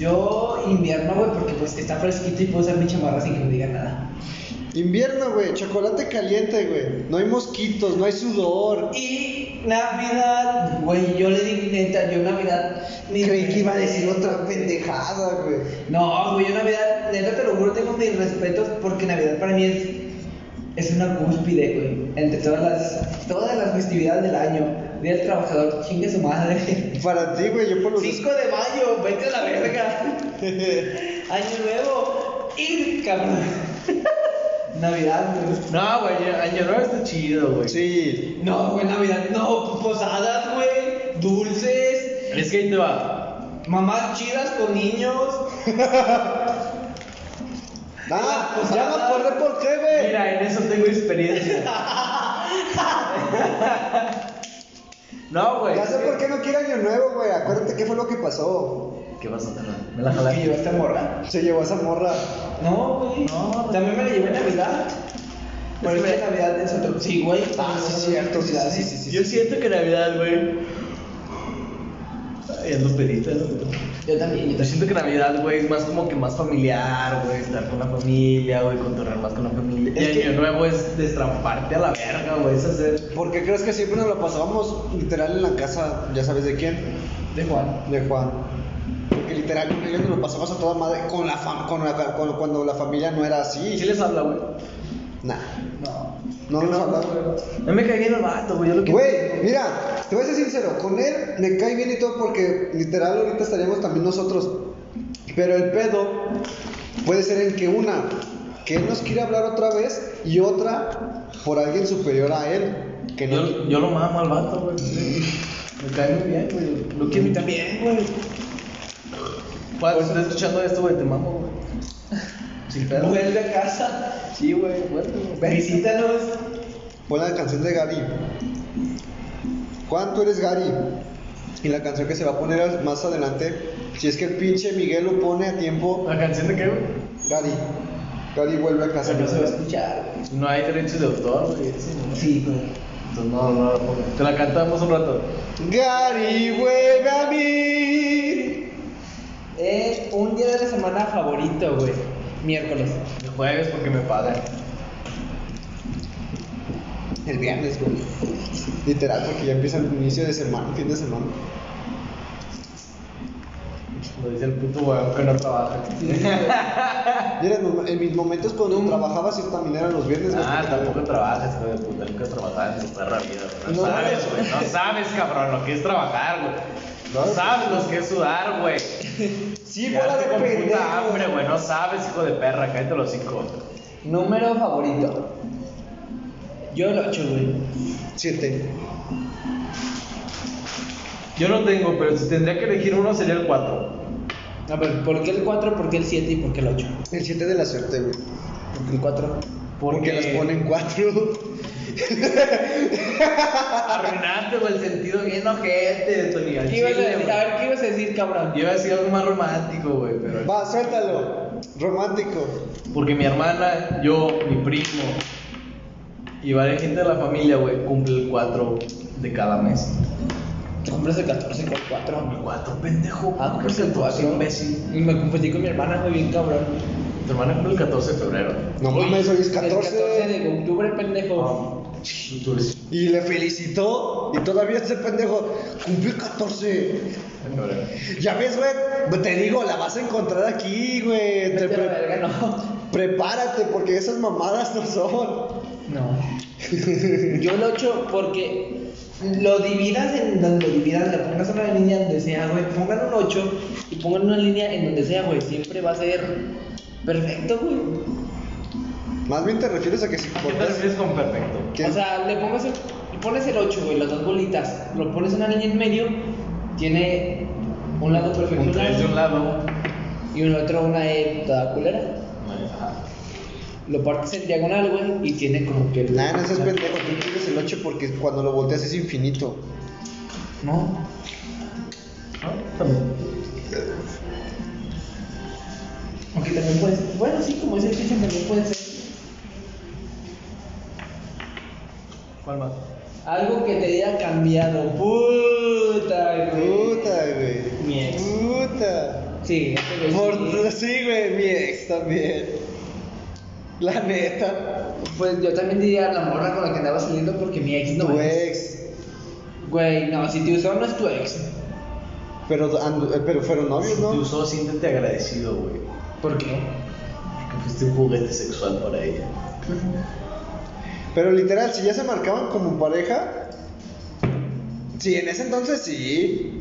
Yo invierno, güey, porque pues está fresquito y puedo usar mi chamarra sin que me digan nada.
Invierno, güey, chocolate caliente, güey. No hay mosquitos, no hay sudor.
Y Navidad, güey, yo le dije neta, yo Navidad. mi-
Creí que iba a decir otra pendejada, güey.
No, güey, yo Navidad, neta te lo juro, tengo mis respetos porque Navidad para mí es, es una cúspide, güey, entre todas las, todas las festividades del año. Día del trabajador, chingue su madre.
Para ti, güey, yo por los.
5 de mayo, vete a la verga. Año nuevo, ir, cabrón. Navidad, güey.
No, güey, año nuevo está chido, güey.
Sí.
No, güey, Navidad, no. Posadas, güey. Dulces.
Es que ahí te va.
Mamás chidas con niños.
Ah, ya me acordé por qué, güey.
pues, Mira, en eso tengo experiencia. No, güey.
Ya
es
sé
que-
por qué no quiere año nuevo, güey. Acuérdate qué fue lo que pasó.
¿Qué vas a tener? Me la jalaste.
llevaste morra.
Se llevó a esa morra.
No, güey.
No,
También me la llevé en Navidad. Por eso
Es que-
que Navidad es otro. Sí, güey.
Ah, sí, cierto, sí, sí, sí, sí, sí.
Yo siento que Navidad, güey. Ay, ando pedita, ¿no?
Yo también.
Yo siento que Navidad, güey, es más como que más familiar, güey, estar con la familia, güey, contornar más con la familia. Y
Es que-
Año Nuevo es destramparte a la verga, güey, es hacer...
¿Por qué crees que siempre nos lo pasábamos literal en la casa, ya sabes de quién?
De Juan.
De Juan. Porque literal con ellos nos lo pasamos a toda madre con la fam con la con- cuando la familia no era
¿Y
así.
si les habla, güey?
Nah.
No.
No nos hablaba.
No me cae bien el vato, güey, yo lo que...
Güey, mira, te voy a ser sincero, con él me cae bien y todo porque literal ahorita estaríamos también nosotros. Pero el pedo puede ser en que una, que él nos quiere hablar otra vez y otra por alguien superior a él. Que no,
Yo, yo lo mamo al vato, güey. Me cae muy bien, güey. Lo quiero a mí también, güey.
Pues,
Juan, si estás escuchando esto, güey, te mamo, güey. Sin pedo.
Vuelve a casa.
Sí, güey, vuelve, güey.
Visítanos.
Pon la canción de Gary. Juan, tú eres Gary. Y la canción que se va a poner al- más adelante, si es que el pinche Miguel lo pone a tiempo,
¿La canción de qué, güey?
Gary. Gary vuelve a casa.
Eso no se va a escuchar, güey.
No hay derechos de autor, güey. sí, ¿no?
Sí, güey.
Entonces, no, no la pongas. Te la cantamos un rato.
Gary vuelve a mí.
Es un día de la semana favorito, güey. Miércoles.
El jueves porque me pagan.
El viernes, güey. Literal, porque ya empieza el inicio de semana, fin de semana.
Lo dice el puto weón que no trabaja.
Mira, en- en mis momentos cuando trabajabas, yo también eran los viernes. güey,
Ah,
porque-
tampoco trabajas, güey. Puta, nunca has trabajado en tu perra vida, güey. No,
No.
sabes, güey. No sabes, cabrón, lo que es trabajar, güey. No
Claro.
sabes lo que es sudar, güey.
Sí, bola
Quedarte
de
con puta hambre,
pendejo.
güey. No sabes, hijo de perra. Cállate los cinco.
Número favorito. Yo el 8, güey.
Siete.
Yo no tengo, pero si tendría que elegir uno sería el 4.
A ver, ¿por qué el 4, por qué el 7 y por qué el 8?
El siete de la suerte, güey.
¿Por qué el 4?
Porque las ponen cuatro.
Arruinaste, güey, el sentido bien ojete, Tony. al
¿Qué ibas a
chile,
decir?
güey.
A ver, ¿qué ibas a decir, cabrón?
Yo iba a decir algo más romántico, güey, pero.
Va, suéltalo. Romántico.
Porque mi hermana, yo, mi primo y varias gente de la familia, güey, cumple el 4 de cada mes.
Compras el 14 con 4.
El 4, pendejo.
Ah,
¿cómo
compras
que
el 4.
imbécil.
Y me confundí con mi hermana, muy bien, cabrón.
Tu hermana cumple el 14 de febrero.
No mames, hoy es
El 14
14.
de octubre, pendejo.
Ah, tú eres
Y le felicitó. Y todavía ese pendejo cumplió 14.
de febrero.
Ya ves, güey. Te digo, la vas a encontrar aquí, güey.
Vete
Te
a la
pre-
verga, no.
Prepárate porque esas mamadas no son.
No. Yo el 8 porque lo dividas en donde lo dividas, le pongas una línea donde sea, güey. Pongan un 8 y pongan una línea en donde sea, güey. Siempre va a ser perfecto, güey.
Más bien te refieres a que si
¿A qué te
cortas.
refieres con perfecto?
¿Qué?
O sea, le pongas el, le pones el 8, güey, las dos bolitas. Lo pones una línea en medio, tiene un lado perfecto
Un
un
3 de
lado,
un lado.
y un otro una E toda culera.
Ajá.
Lo partes en diagonal, güey, y tiene como que.
Nah, Ah, no seas pendejo. Tú quieres el 8 porque cuando lo volteas es infinito.
No.
Ah, También.
Aunque también puede ser. Bueno, sí, como dice el Cristian, también puede ser.
¿Cuál más?
Algo que te haya cambiado. Puta, güey.
Puta, güey.
Mi ex.
Puta.
Sí, este
Por,
güey, sí.
sí, güey, mi ex también. La neta.
Pues yo también diría la morra con la que andaba saliendo porque mi ex no
tu
es.
ex.
Güey, no, si te usó no es tu ex.
Pero, andu- eh, pero fueron novios,
Si Te
¿no?
usó, siéntete agradecido, güey.
¿Por qué?
Porque fuiste un juguete sexual para ella.
Pero literal, si ya se marcaban como pareja, Sí, en ese entonces sí.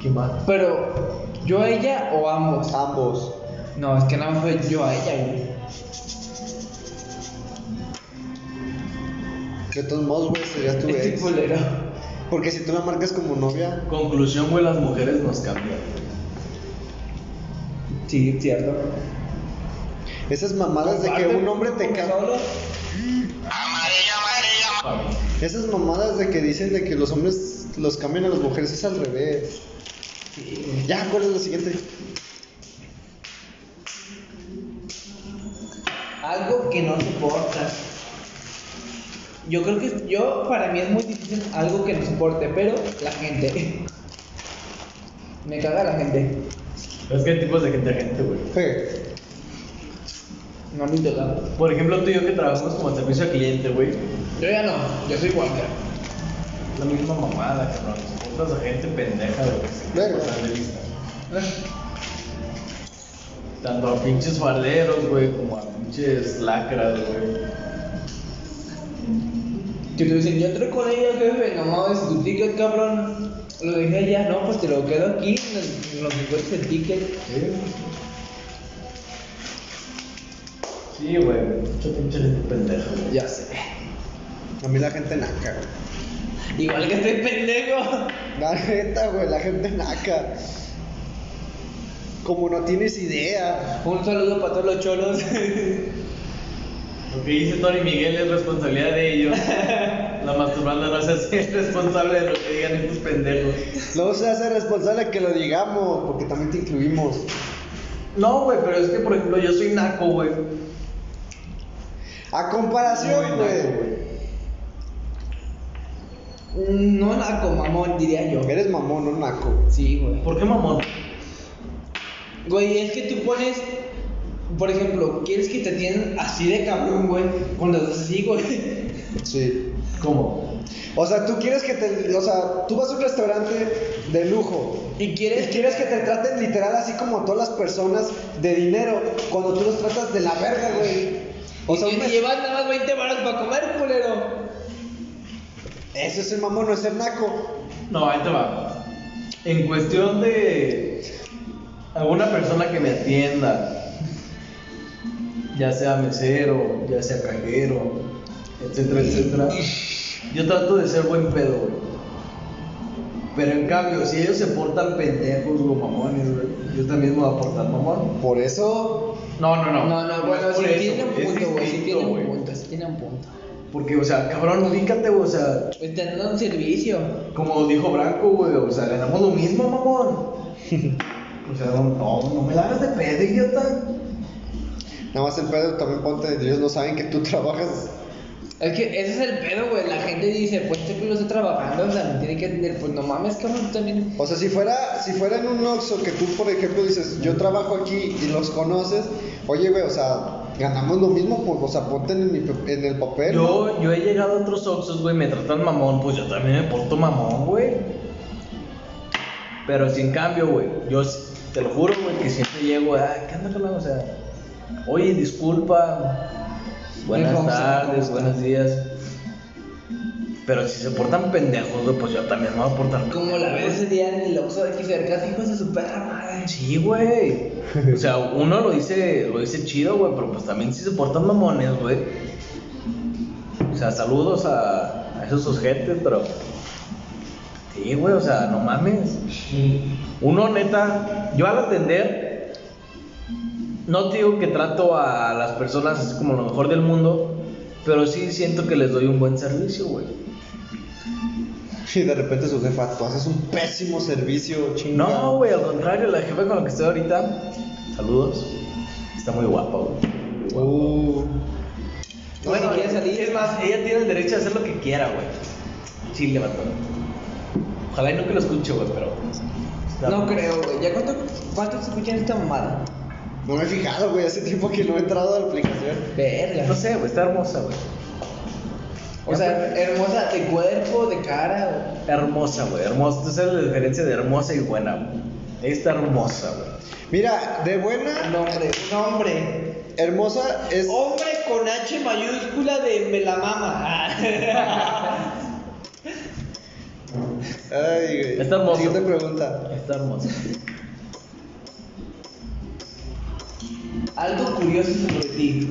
¿Quién más?
Pero, ¿yo a ella o ambos?
Ambos.
No, es que nada más fue yo a ella, güey.
Que de todos modos, güey, serías tu
Este
ex.
culero.
Porque si tú la marcas como novia,
Conclusión, güey, las mujeres nos cambian.
Sí, cierto.
esas mamadas de que
Aparte,
un hombre te
como
cambia.
solo,
Para mí.
Esas mamadas de que dicen de que los hombres los cambian a las mujeres es al revés. Ya, ¿cuál es la siguiente?
Algo que no soportas. Yo creo que yo, para mí es muy difícil algo que no soporte, pero la gente. Me caga la gente.
Pero Es que hay tipos de gente a gente, güey.
Fe.
No me intolero.
Por ejemplo, tú y yo que trabajamos como servicio al cliente, güey.
Yo ya no, yo soy guardia.
La misma mamada, cabrón. Soportas a gente pendeja, güey. que se quiere
Verga.
pasar de lista. Tanto a pinches falderos, güey, como a pinches lacras, güey.
Que te dicen, yo entré con ella, jefe, no mames, tu ticket, cabrón. Lo dejé allá, no, pues te lo quedo aquí, nos- nos encuentras el ticket.
Sí, güey. Mucha pinche gente pendeja, güey.
Ya sé.
A mí la gente naca, güey.
Igual que estoy pendejo.
La neta, güey, la gente naca. Como no tienes idea.
Un saludo para todos los cholos.
Lo que dice Tony Miguel es responsabilidad de ellos. La masturbanda no se hace responsable de lo que digan estos pendejos.
No se hace responsable que lo digamos, porque también te incluimos.
No, güey, pero es que, por ejemplo, yo soy naco, güey.
A comparación,
Muy naco,
güey.
Mm, No naco, mamón, diría yo.
Eres mamón, no naco.
Sí, güey.
¿Por qué mamón?
Güey, es que tú pones, por ejemplo, quieres que te tienen así de cabrón, güey, con los dos así, güey.
Sí.
¿Cómo?
O sea, tú quieres que te. O sea, tú vas a un restaurante de lujo.
Y
¿Quieres,
quieres que...
quieres que te traten literal así como todas las personas de dinero cuando tú los tratas de la verga, güey? O sea,
y
un
te
mes-
llevas nada más 20 varas para comer, culero.
eso es el mamón, no es ser naco.
No, ahí te va. En cuestión de alguna persona que me atienda, ya sea mesero, ya sea cajero, etcétera, etcétera, yo trato de ser buen pedo, güey. Pero en cambio, si ellos se portan pendejos o mamones, güey, yo también me voy a portar mamón.
Por eso.
No, no, no.
No, no, bueno,
es
si
por eso,
tienen
es
punto, güey, si
distinto,
tienen
güey.
punto, si tienen punto.
Porque, o sea, cabrón, ubícate, güey, o sea,
Pues te dan un servicio.
Como dijo Branco, güey, o sea, ganamos lo mismo, mamón. O sea, no, no, no me la hagas de pedo, idiota.
Nada más el pedo también ponte. Ellos no saben que tú trabajas.
Es que ese es el pedo, güey. La gente dice, pues este culo está trabajando, o sea, me tiene que atender. Pues no mames, cabrón, tú también.
O sea, si fuera, si fuera en un Oxxo que tú, por ejemplo, dices, yo trabajo aquí y los conoces, oye, güey, o sea, ganamos lo mismo, pues, o sea, ponte en, mi pa- en el papel.
Yo, yo he llegado a otros Oxxos, güey, me tratan mamón, pues yo también me porto mamón, güey. Pero sin cambio, güey, yo s- te lo juro, güey, que siempre llego, ah, ¿qué anda hablando? O sea, oye, disculpa, buenas
¿Cómo está? ¿Cómo
tardes,
está?
buenos días. Pero si se portan pendejos, güey, pues yo también me voy a portar
Como la vez
pendejo.
ese día en el Oxxo de aquí cerca, hijos de su perra madre.
Sí, güey. O sea, uno lo dice, lo dice chido, güey, pero pues también si se portan mamones, güey. O sea, saludos a, a esos sujetos, pero. Sí, güey, o sea, no mames. Uno, neta, yo al atender, no te digo que trato a las personas así como lo mejor del mundo, pero sí siento que les doy un buen servicio, güey.
Y de repente su jefa, tú haces un pésimo servicio, chingado.
No, güey, al contrario, la jefa con la que estoy ahorita, saludos. Está muy guapa, güey.
Uh.
Bueno, ya salí.
Es más, ella tiene el derecho de hacer lo que quiera, güey. Chile, vato. Ojalá y nunca lo escuche, güey, pero.
No creo, güey. ¿Ya cuánto, cuánto se escuchan esta mamada?
No me he fijado, güey, hace tiempo que no he entrado a la aplicación.
Verga.
No sé, güey, está hermosa, güey.
O sea, hermosa de cuerpo, de cara.
Hermosa, güey, hermosa. Tú sabes la diferencia de hermosa y buena, güey. Ella Está hermosa, güey.
Mira, de
o-
buena,
Un hombre, un hombre.
hermosa es.
Hombre con H mayúscula de me la mama.
Ay, güey.
Está hermoso.
Siguiente pregunta.
Está hermoso.
Algo curioso sobre ti.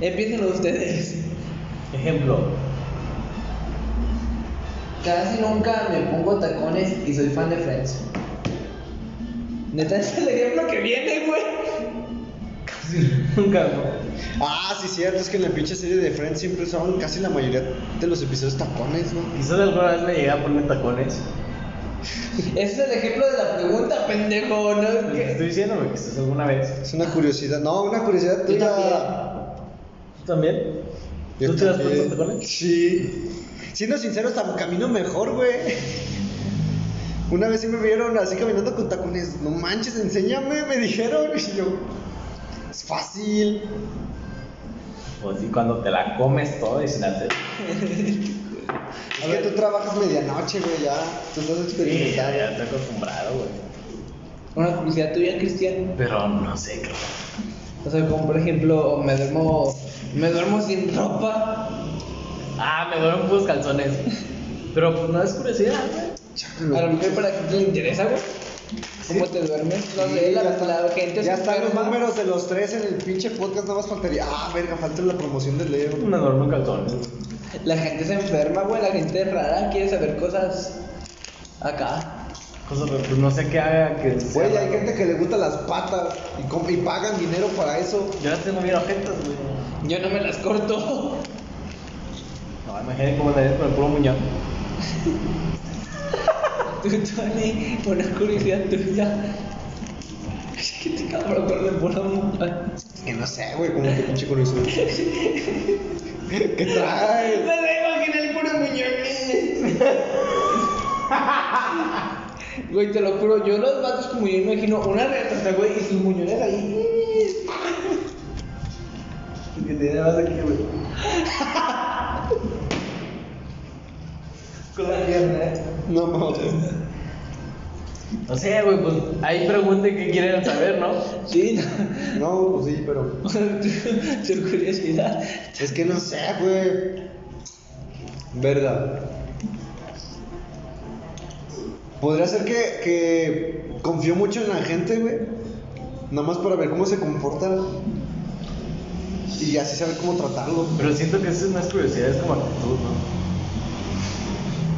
Empiecen ustedes.
Ejemplo.
Casi nunca me pongo tacones y soy fan de Friends. Neta, es el ejemplo que viene, güey.
Nunca.
Ah, sí, cierto, es que en la pinche serie de Friends siempre son casi la mayoría de los episodios tacones, ¿no?
Quizás alguna vez me llegué a poner tacones.
Ese es el ejemplo de la pregunta, pendejo, ¿no?
Lo que
¿Qué?
estoy diciendo, güey, quizás alguna vez.
Es una curiosidad, no, una curiosidad
Yo
tuya.
¿Tú también?
Yo
¿Tú te das
también.
puesto tacones?
Sí. Siendo sincero, hasta camino mejor, güey. Una vez sí me vieron así caminando con tacones. No manches, enséñame, me dijeron. Y yo, es fácil.
Pues sí, cuando te la comes toda y sin hacer.
Es que tú trabajas medianoche, güey, ya. Tú estás
Sí, ya,
experimentado.
ya estoy acostumbrado, güey.
Una curiosidad tuya, Cristian.
Pero no sé, creo.
O sea, como por ejemplo, me duermo, me duermo sin ropa.
Ah, me duelen puros calzones. Pero pues no es curiosidad, güey.
Chácalo.
A lo mejor para gente le interesa, güey. ¿Cómo te duermes? No sé, la,
ya está-
la gente
Ya
se
están los
enferma.
números de los tres en el pinche podcast, nada más faltaría. Ah, verga, falta la promoción de Leo.
Me duermo en calzones.
La gente se enferma, güey. La gente es rara quiere saber cosas acá.
Cosas, pero, pues no sé qué haga que. sea
Güey, hay
raro.
gente que le gustan las patas y, com- y pagan dinero para eso.
Yo las tengo bien ojetas, güey.
Yo no me las corto.
No, imagínate cómo andarías con el puro muñón.
Tú, Tony, una curiosidad tuya. Es que te cabrón con el puro mundo.
Es que no sé, güey, como que pinche curiosidad. ¿Qué
Me
traes?
la imaginé el puro muñón. Güey, te lo juro, yo los vatos como yo imagino una retrata, güey, y sus muñones ahí.
Que te vas aquí, güey.
Con la pierna, eh.
No mames.
No sé, güey, pues ahí pregunten qué quieren saber, ¿no?
Sí,
No, pues sí, pero.
no. Tu- tu curiosidad.
Es que no sé, güey. Verga. Podría ser que, que confío mucho en la gente, güey. Nada más para ver cómo se comportan. Y así saber cómo tratarlo.
Pero siento que eso no es curiosidad, es como actitud, ¿no?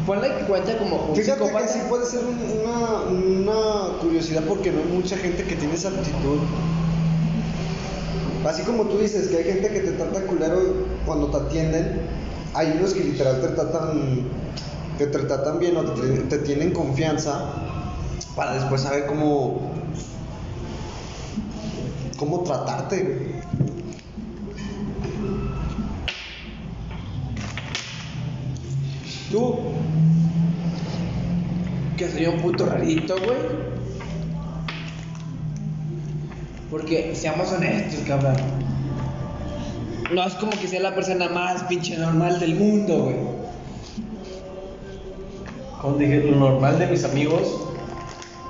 Ponle que cuenta como un
Fíjate que
psicópata.
sí puede ser un- una, una curiosidad porque no hay mucha gente que tiene esa actitud. Así como tú dices que hay gente que te trata culero cuando te atienden, hay unos que literal te tratan, que te tratan bien o te, te tienen confianza para después saber cómo, cómo tratarte. güey.
Tú. Que soy un puto rarito, güey. Porque seamos honestos, cabrón. No es como que sea la persona más pinche normal del mundo, güey.
Como te dije, lo normal de mis amigos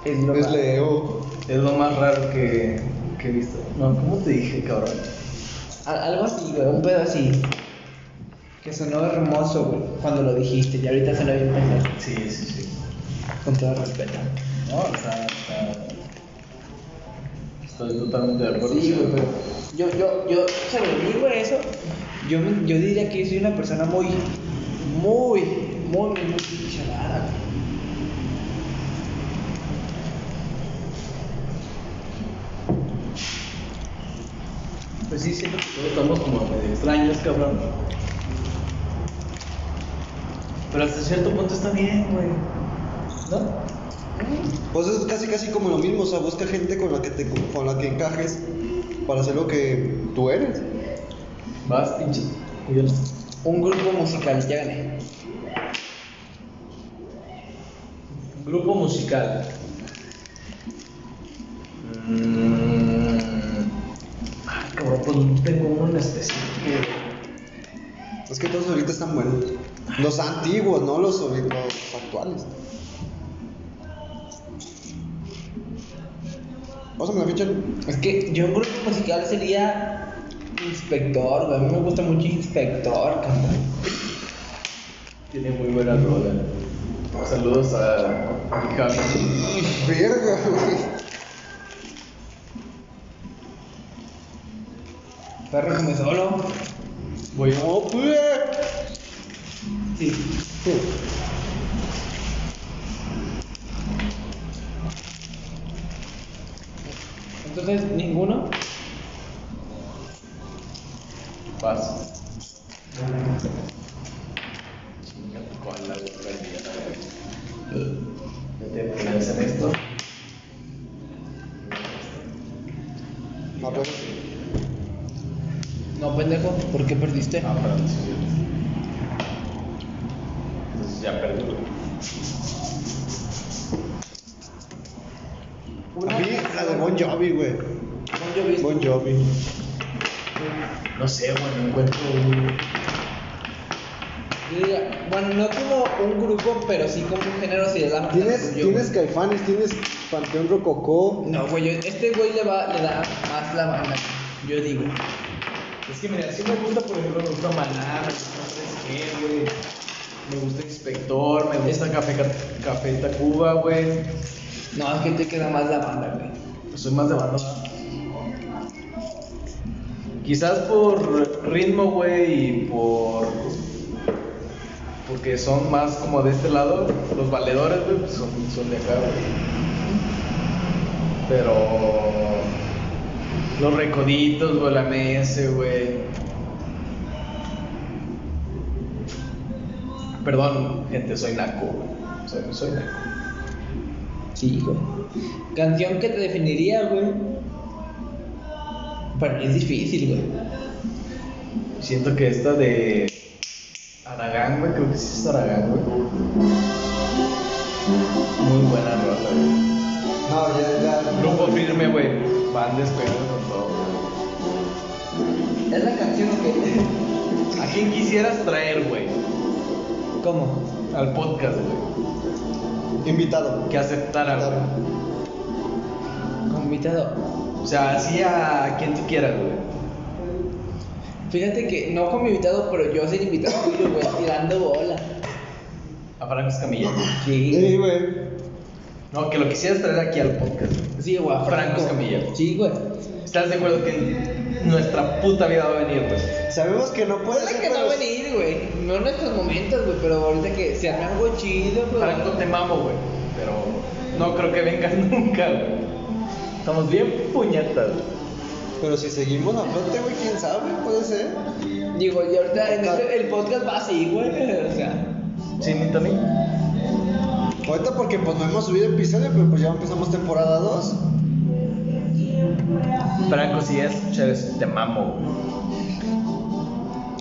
Es lo
Es
raro.
Leo.
es lo más raro que, que he visto. No, ¿cómo te dije, cabrón?
Al- Algo así, güey, un pedo así. Que sonó hermoso, güey, cuando lo dijiste. Y ahorita se lo voy a pensar,
Sí, sí, sí.
con todo respeto.
No, o sea, o sea, estoy totalmente de acuerdo.
Sí, güey, pero yo, yo, yo, se lo digo a eso. Yo, me- yo diría que soy una persona muy, muy, muy, muy, muy pinche rara, güey.
Pues sí, siento que todos estamos como medio extraños, cabrón. Pero hasta cierto punto está bien, güey. ¿No?
Pues es casi casi como lo mismo, o sea, busca gente con la que te con la que encajes para hacer lo que tú eres.
Vas, pinche. Yo no.
Un grupo musical, ya gané.
Grupo musical. Mm. Ah, cabrón, pues no tengo uno en específico.
Es que todos ahorita están buenos. Los antiguos, no los, ahorita- los actuales. Pásame la ficha.
Es que yo un grupo musical sería Inspector, güey. A mí me gusta mucho Inspector, cabrón.
Tiene muy buena rola. Saludos a Javi.
Verga, güey.
Perro come solo.
Voy
Oh, güey.
Sí. Entonces, ninguno.
Vas. Chinga tu cola, güey, perdida, la verga. Yo tengo que hacer esto.
Ah, pues,
No, pendejo, ¿por qué perdiste?
Ah, perdón, sí, cierto. Entonces ya perdí, güey.
A mí, la
Ah,
de Bon Jovi, güey.
Bon Jovi.
Bon Jovi.
No sé, güey, no encuentro un-
Yo diría, Bueno, no como un grupo, pero sí como un género, si es la banda
Tienes,
tuyo,
tienes Caifanes, tienes Panteón Rococó.
güey. No, güey, yo- este güey le, va, le da más la banda, yo digo.
Es que mira, sí me gusta, por ejemplo, me gusta Maná, me gusta 3G, güey. Me gusta Inspector, me gusta Café, Ca- Café Tacuba, güey.
No, es que te queda más la banda, güey.
Pues soy más de banda. Quizás por ritmo, güey, y por. Porque son más como de este lado, los valedores, güey, pues son, son de acá, güey. Pero. Los recoditos, güey, la MS, güey. Perdón, gente, soy naco, güey. Soy, soy naco.
Sí, güey. Canción que te definiría, güey. Para mí es difícil, güey.
Siento que esta de Aragán, güey, creo que sí es Aragán, güey. Muy buena rola, güey.
No, ya, ya.
Grupo firme, güey. Van despegando con todo. güey.
Es la canción que.
¿A quién quisieras traer, güey?
¿Cómo?
Al podcast, güey.
Invitado.
Que aceptara, güey.
Como invitado.
O sea, así a quien tú quieras, güey.
Fíjate que no como invitado, pero yo ser invitado tuyo, güey, tirando bola.
A Franco Escamilla.
Sí.
Sí, güey.
No, que lo quisieras traer aquí al podcast. güey.
Sí, güey, a Franco.
Franco Escamilla.
Sí, güey.
¿Estás de acuerdo que nuestra puta vida va a venir, güey?
Sabemos que no puede
Puede
ser,
que no
pero-
van a ir, güey. No en estos momentos, güey, pero ahorita que se arme algo chido, güey.
Franco, te mamo, güey. Pero no creo que vengas nunca, güey. Estamos bien puñetas.
pero si seguimos a flote, güey, quién sabe, puede ser.
Digo, y ahorita en este- el podcast va así, güey. O sea.
Sí, ni también.
Ahorita porque pues no hemos subido episodio, pero pues ya empezamos temporada 2.
Franco, si es, chévere, te mamo, güey.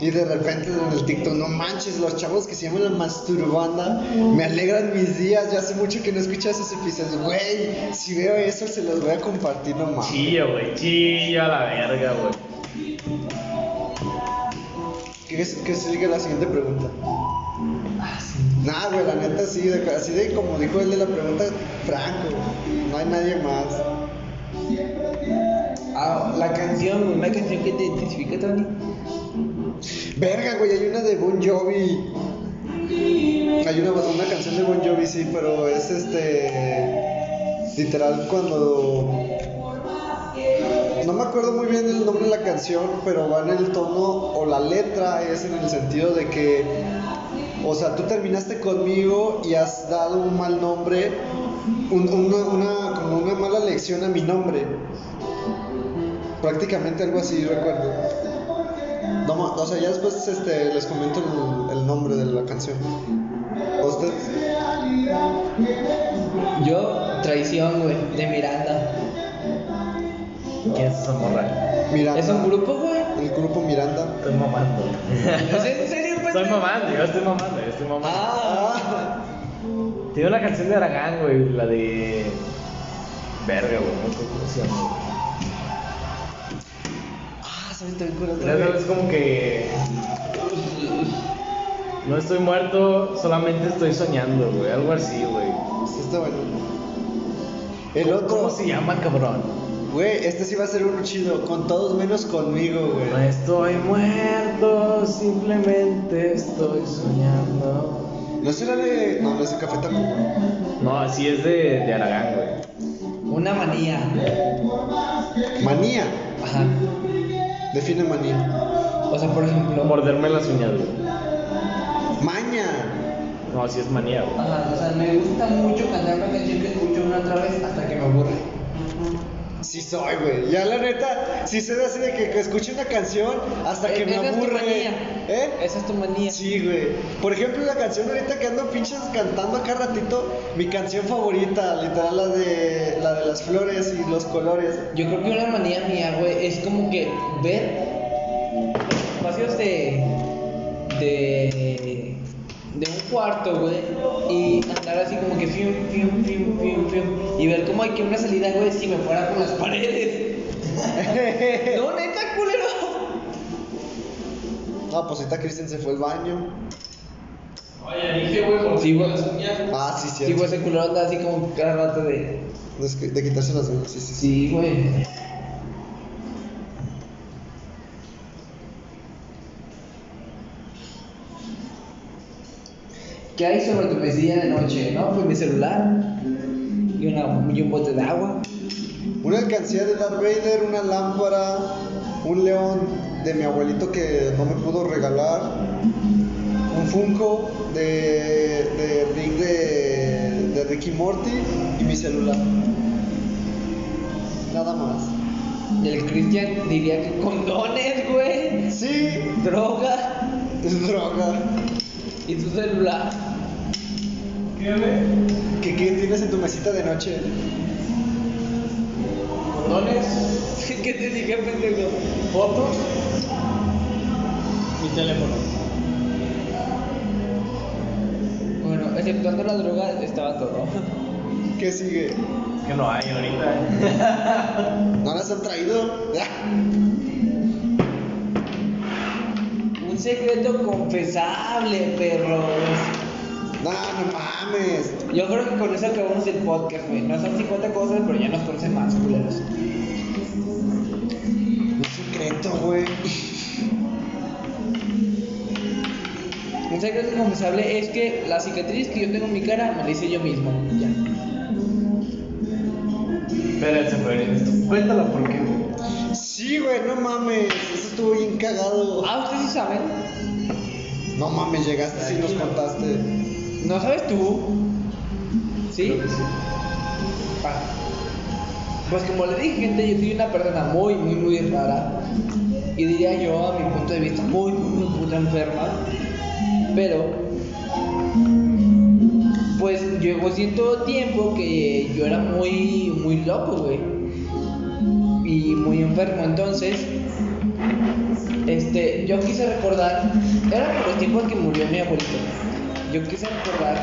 Y de repente en el TikTok, no manches, los chavos que se llaman la masturbanda me alegran mis días. Ya hace mucho que no escucho esos episodios. Güey, si veo eso se los voy a compartir nomás.
Chillo, güey. Chillo a la verga, güey.
¿Qué, es- qué sigue la siguiente pregunta? Nah, güey, la neta sí, de, así de como dijo él de la pregunta, Franco, no hay nadie más.
Ah, la canción, güey, una canción que te identifica, Tony.
Verga, güey, hay una de Bon Jovi. Hay una, una canción de Bon Jovi, sí, pero es este. Literal, cuando. No me acuerdo muy bien el nombre de la canción, pero va en el tono o la letra es en el sentido de que. O sea, tú terminaste conmigo y has dado un mal nombre, un- una, una- como una mala lección a mi nombre. Prácticamente algo así, recuerdo. No, ma- o sea, ya después este, les comento el, el nombre de la canción. ¿A ¿Ustedes?
Yo, traición, güey, de Miranda.
¿Quién es esa morra?
Miranda.
¿Es un grupo, güey?
El grupo Miranda.
Estoy mamando.
¿Es en serio, pues, güey?
Estoy mamando, yo estoy mamando, yo estoy mamando.
Ah,
Tiene una canción de Aragán, güey. La de. Verga, güey. No sé cómo se llama, güey.
ah, se me está bien curando,
Pero
güey.
es como que. No estoy muerto, solamente estoy soñando, güey. Algo así, güey.
Sí, pues, está bueno. El
¿Cómo
otro,
se llama, cabrón?
güey, este sí va a ser un chido. Con todos menos conmigo,
No
güey.
estoy muerto, simplemente estoy soñando.
No será de. No, no es de Café Tacuba.
No, así es de, de Aragán, güey.
Una manía.
Manía.
Ajá.
Define manía.
O sea, por ejemplo.
Morderme las uñas, güey.
Maña.
No, así es manía, güey.
Ajá, o sea, me gusta mucho cantar una canción que escucho una otra vez hasta que me aburre.
Sí soy, güey. Ya la neta, si se da así de que, que escuche una canción hasta que
E-
me
esa es tu
aburre.
manía.
¿Eh?
Esa es tu manía.
Sí, güey. Por ejemplo, la canción ahorita que ando pinches cantando acá ratito, mi canción favorita, literal, la de, la de las flores y los colores.
Yo creo que una manía mía, güey, es como que ver los espacios de. de. de un cuarto, güey, y andar así como que fium, fium, fium, fium, fium, y ver cómo hay que una salida, güey, si me fuera con las paredes. no, neta, culero.
Ah, pues ahorita Cristian se fue al baño.
Oye, dije, güey, por
Sí, güey.
Ah, sí,
Sí,
cierto.
güey, ese culero anda así como cada rato de.
No, es que- de quitarse las velas, sí, sí, sí.
Sí, güey. ¿Qué hay sobre tu pesadilla de noche? No, pues mi celular y, una, y un bote de agua.
Una alcancía de Darth Vader, una lámpara, un león de mi abuelito que no me pudo regalar, un Funko de, de Rick de, de Ricky Morty y mi celular. Nada más.
Y el Cristian diría que condones, güey,
Sí,
droga
es droga.
y tu celular.
¿Qué, qué tienes en tu mesita de noche?
condones,
¿Qué te dije, pendejo?
fotos, mi teléfono.
Bueno, exceptuando la droga, estaba todo.
¿Qué sigue?
Es que no hay ahorita, eh.
¿No las han traído? Ah,
Un secreto confesable, perros.
No, no mames.
Yo creo que con eso acabamos el podcast, güey. No son 50 cosas, pero ya nos conocen más, culeros.
Un secreto, güey.
Un secreto confesable es que la cicatriz que yo tengo en mi cara me la hice yo mismo. Ya.
Espérate, güey. Cuéntala por qué, güey.
Sí, güey, no mames. Eso estuvo bien cagado.
Ah, ustedes sí saben.
No mames, llegaste y nos contaste.
No sabes tú. ¿Sí?
Creo que sí.
Ah. Pues como le dije, gente, yo soy una persona muy, muy, muy rara. Y diría yo, a mi punto de vista, muy, muy, muy puta enferma. Pero, pues llegó cierto tiempo que yo era muy, muy loco, güey. Y muy enfermo. Entonces, este, yo quise recordar, era por los tiempos que murió mi abuelito. Yo quise recordar,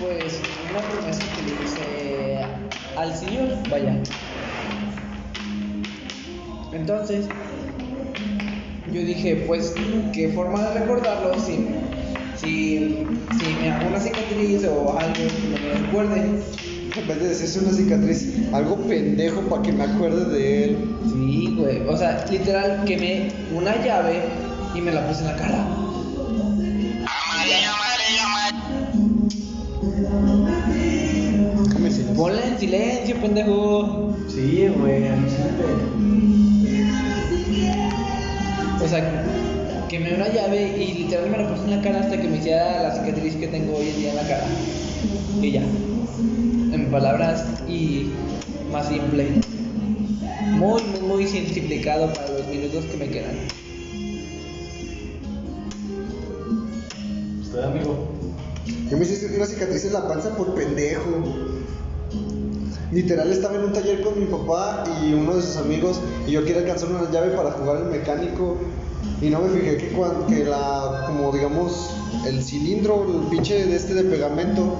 pues, una promesa que le hice al Señor, vaya. Entonces, yo dije, pues, ¿qué forma de recordarlo si, si, si me hago una cicatriz o algo que me recuerde?
En vez de decirse una cicatriz, algo pendejo para que me acuerde de él.
Sí, güey. O sea, literal, quemé una llave y me la puse en la cara.
Déjame
Ponla en silencio, pendejo.
Sí, güey,
O sea, quemé una llave y literal me la puse en la cara hasta que me hiciera la cicatriz que tengo hoy en día en la cara. Y ya. En palabras y más simple. Muy, muy, muy simplificado para los minutos que me quedan.
Usted, amigo.
Yo me hice una cicatriz en la panza por pendejo. Literal estaba en un taller con mi papá y uno de sus amigos y yo quería alcanzar una llave para jugar al mecánico y no me fijé que, cuan- que la, como digamos, el cilindro, el pinche de este de pegamento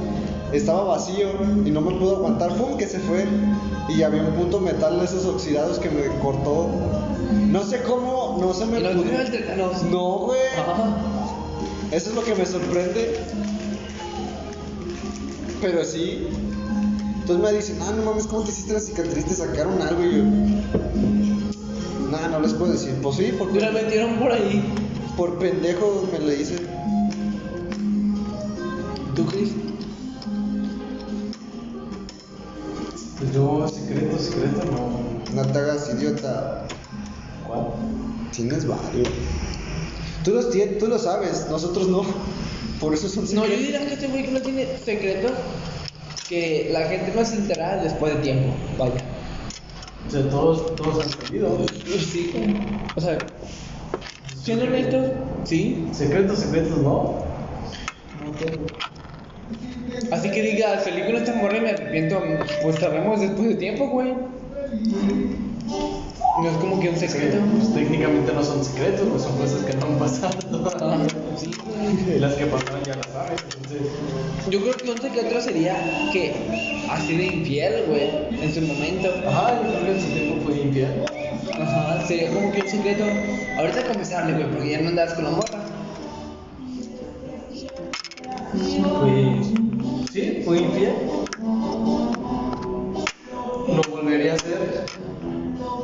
estaba vacío y no me pudo aguantar, ¡pum! que se fue y había un punto metal de esos oxidados que me cortó. No sé cómo, no se me
Y los
pudo-
veo entre los-
No, güey.
Ajá.
Eso es lo que me sorprende. Pero sí. Entonces me dicen, ah, no mames, ¿cómo te hiciste la cicatriz? Te sacaron algo y yo. Nada, no les puedo decir. Pues sí, por,
Me la metieron por ahí.
por pendejo me le hice.
¿Tú, Chris? Pues yo, secreto, secreto, no.
No te hagas idiota.
¿Cuál?
Tienes varios. Tú los tienes, tú lo sabes, nosotros no. Por eso son
No, yo
secretos.
diría que este güey que no tiene secretos que la gente no se enterará después de tiempo. Vaya.
O sea, todos, todos han salido.
Sí. O sea, siendo honestos, sí.
Secretos, secretos, no.
No tengo. Así que diga, salí con esta morra y me arrepiento. Pues sabemos después de tiempo, güey. No es como que un secreto.
Pues, técnicamente no son secretos, pues son cosas que no han pasado.
Sí, güey.
Y las que pasaron ya las sabes, entonces.
Yo creo que un secreto sería que ha sido infiel, güey, en su momento.
Ajá, yo creo que en su tiempo fue infiel.
Ajá, sería como que un secreto. Ahorita confesarle, güey, porque ya no andas con la morra.
Fue. Pues, Sí, fue infiel. ¿Lo volvería a hacer?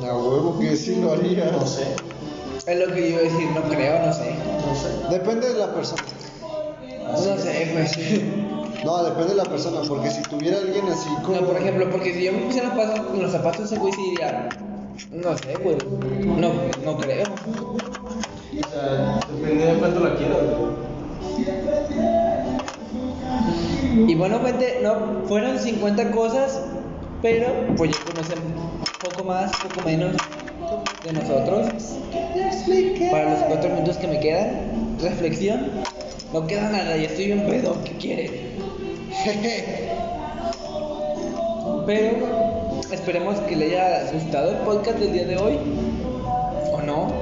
A huevo que sí lo haría.
No sé,
Es lo que yo iba a decir, no creo, no sé.
no sé.
Depende de la persona.
No sé, güey.
No, depende de la persona, porque si tuviera alguien así como.
No, por ejemplo, porque si yo me pusiera los zapatos- los zapatos de ese güey, sí diría, no sé, güey, no, no creo.
O sea, depende de cuánto la quieras, güey.
Y bueno, gente, no, fueron 50 cosas, pero pues ya conocen poco más, poco menos de nosotros. Para los 4 minutos que me quedan, reflexión, no queda nada, ya estoy bien pedo, ¿qué quieres? pero esperemos que le haya gustado el podcast del día de hoy, o no.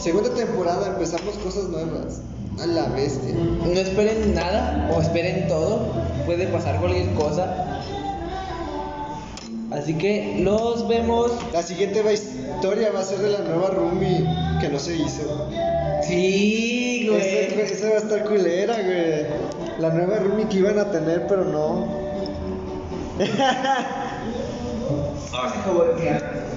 Segunda temporada empezamos cosas nuevas. A la bestia.
No esperen nada o esperen todo. Puede pasar cualquier cosa. Así que nos vemos.
La siguiente va- historia va a ser de la nueva Rumi que no se hizo.
Sí,
Esa,
güey.
esa va a estar culera, güey. La nueva Rumi que iban a tener, pero no.
Ahora se acabó el día.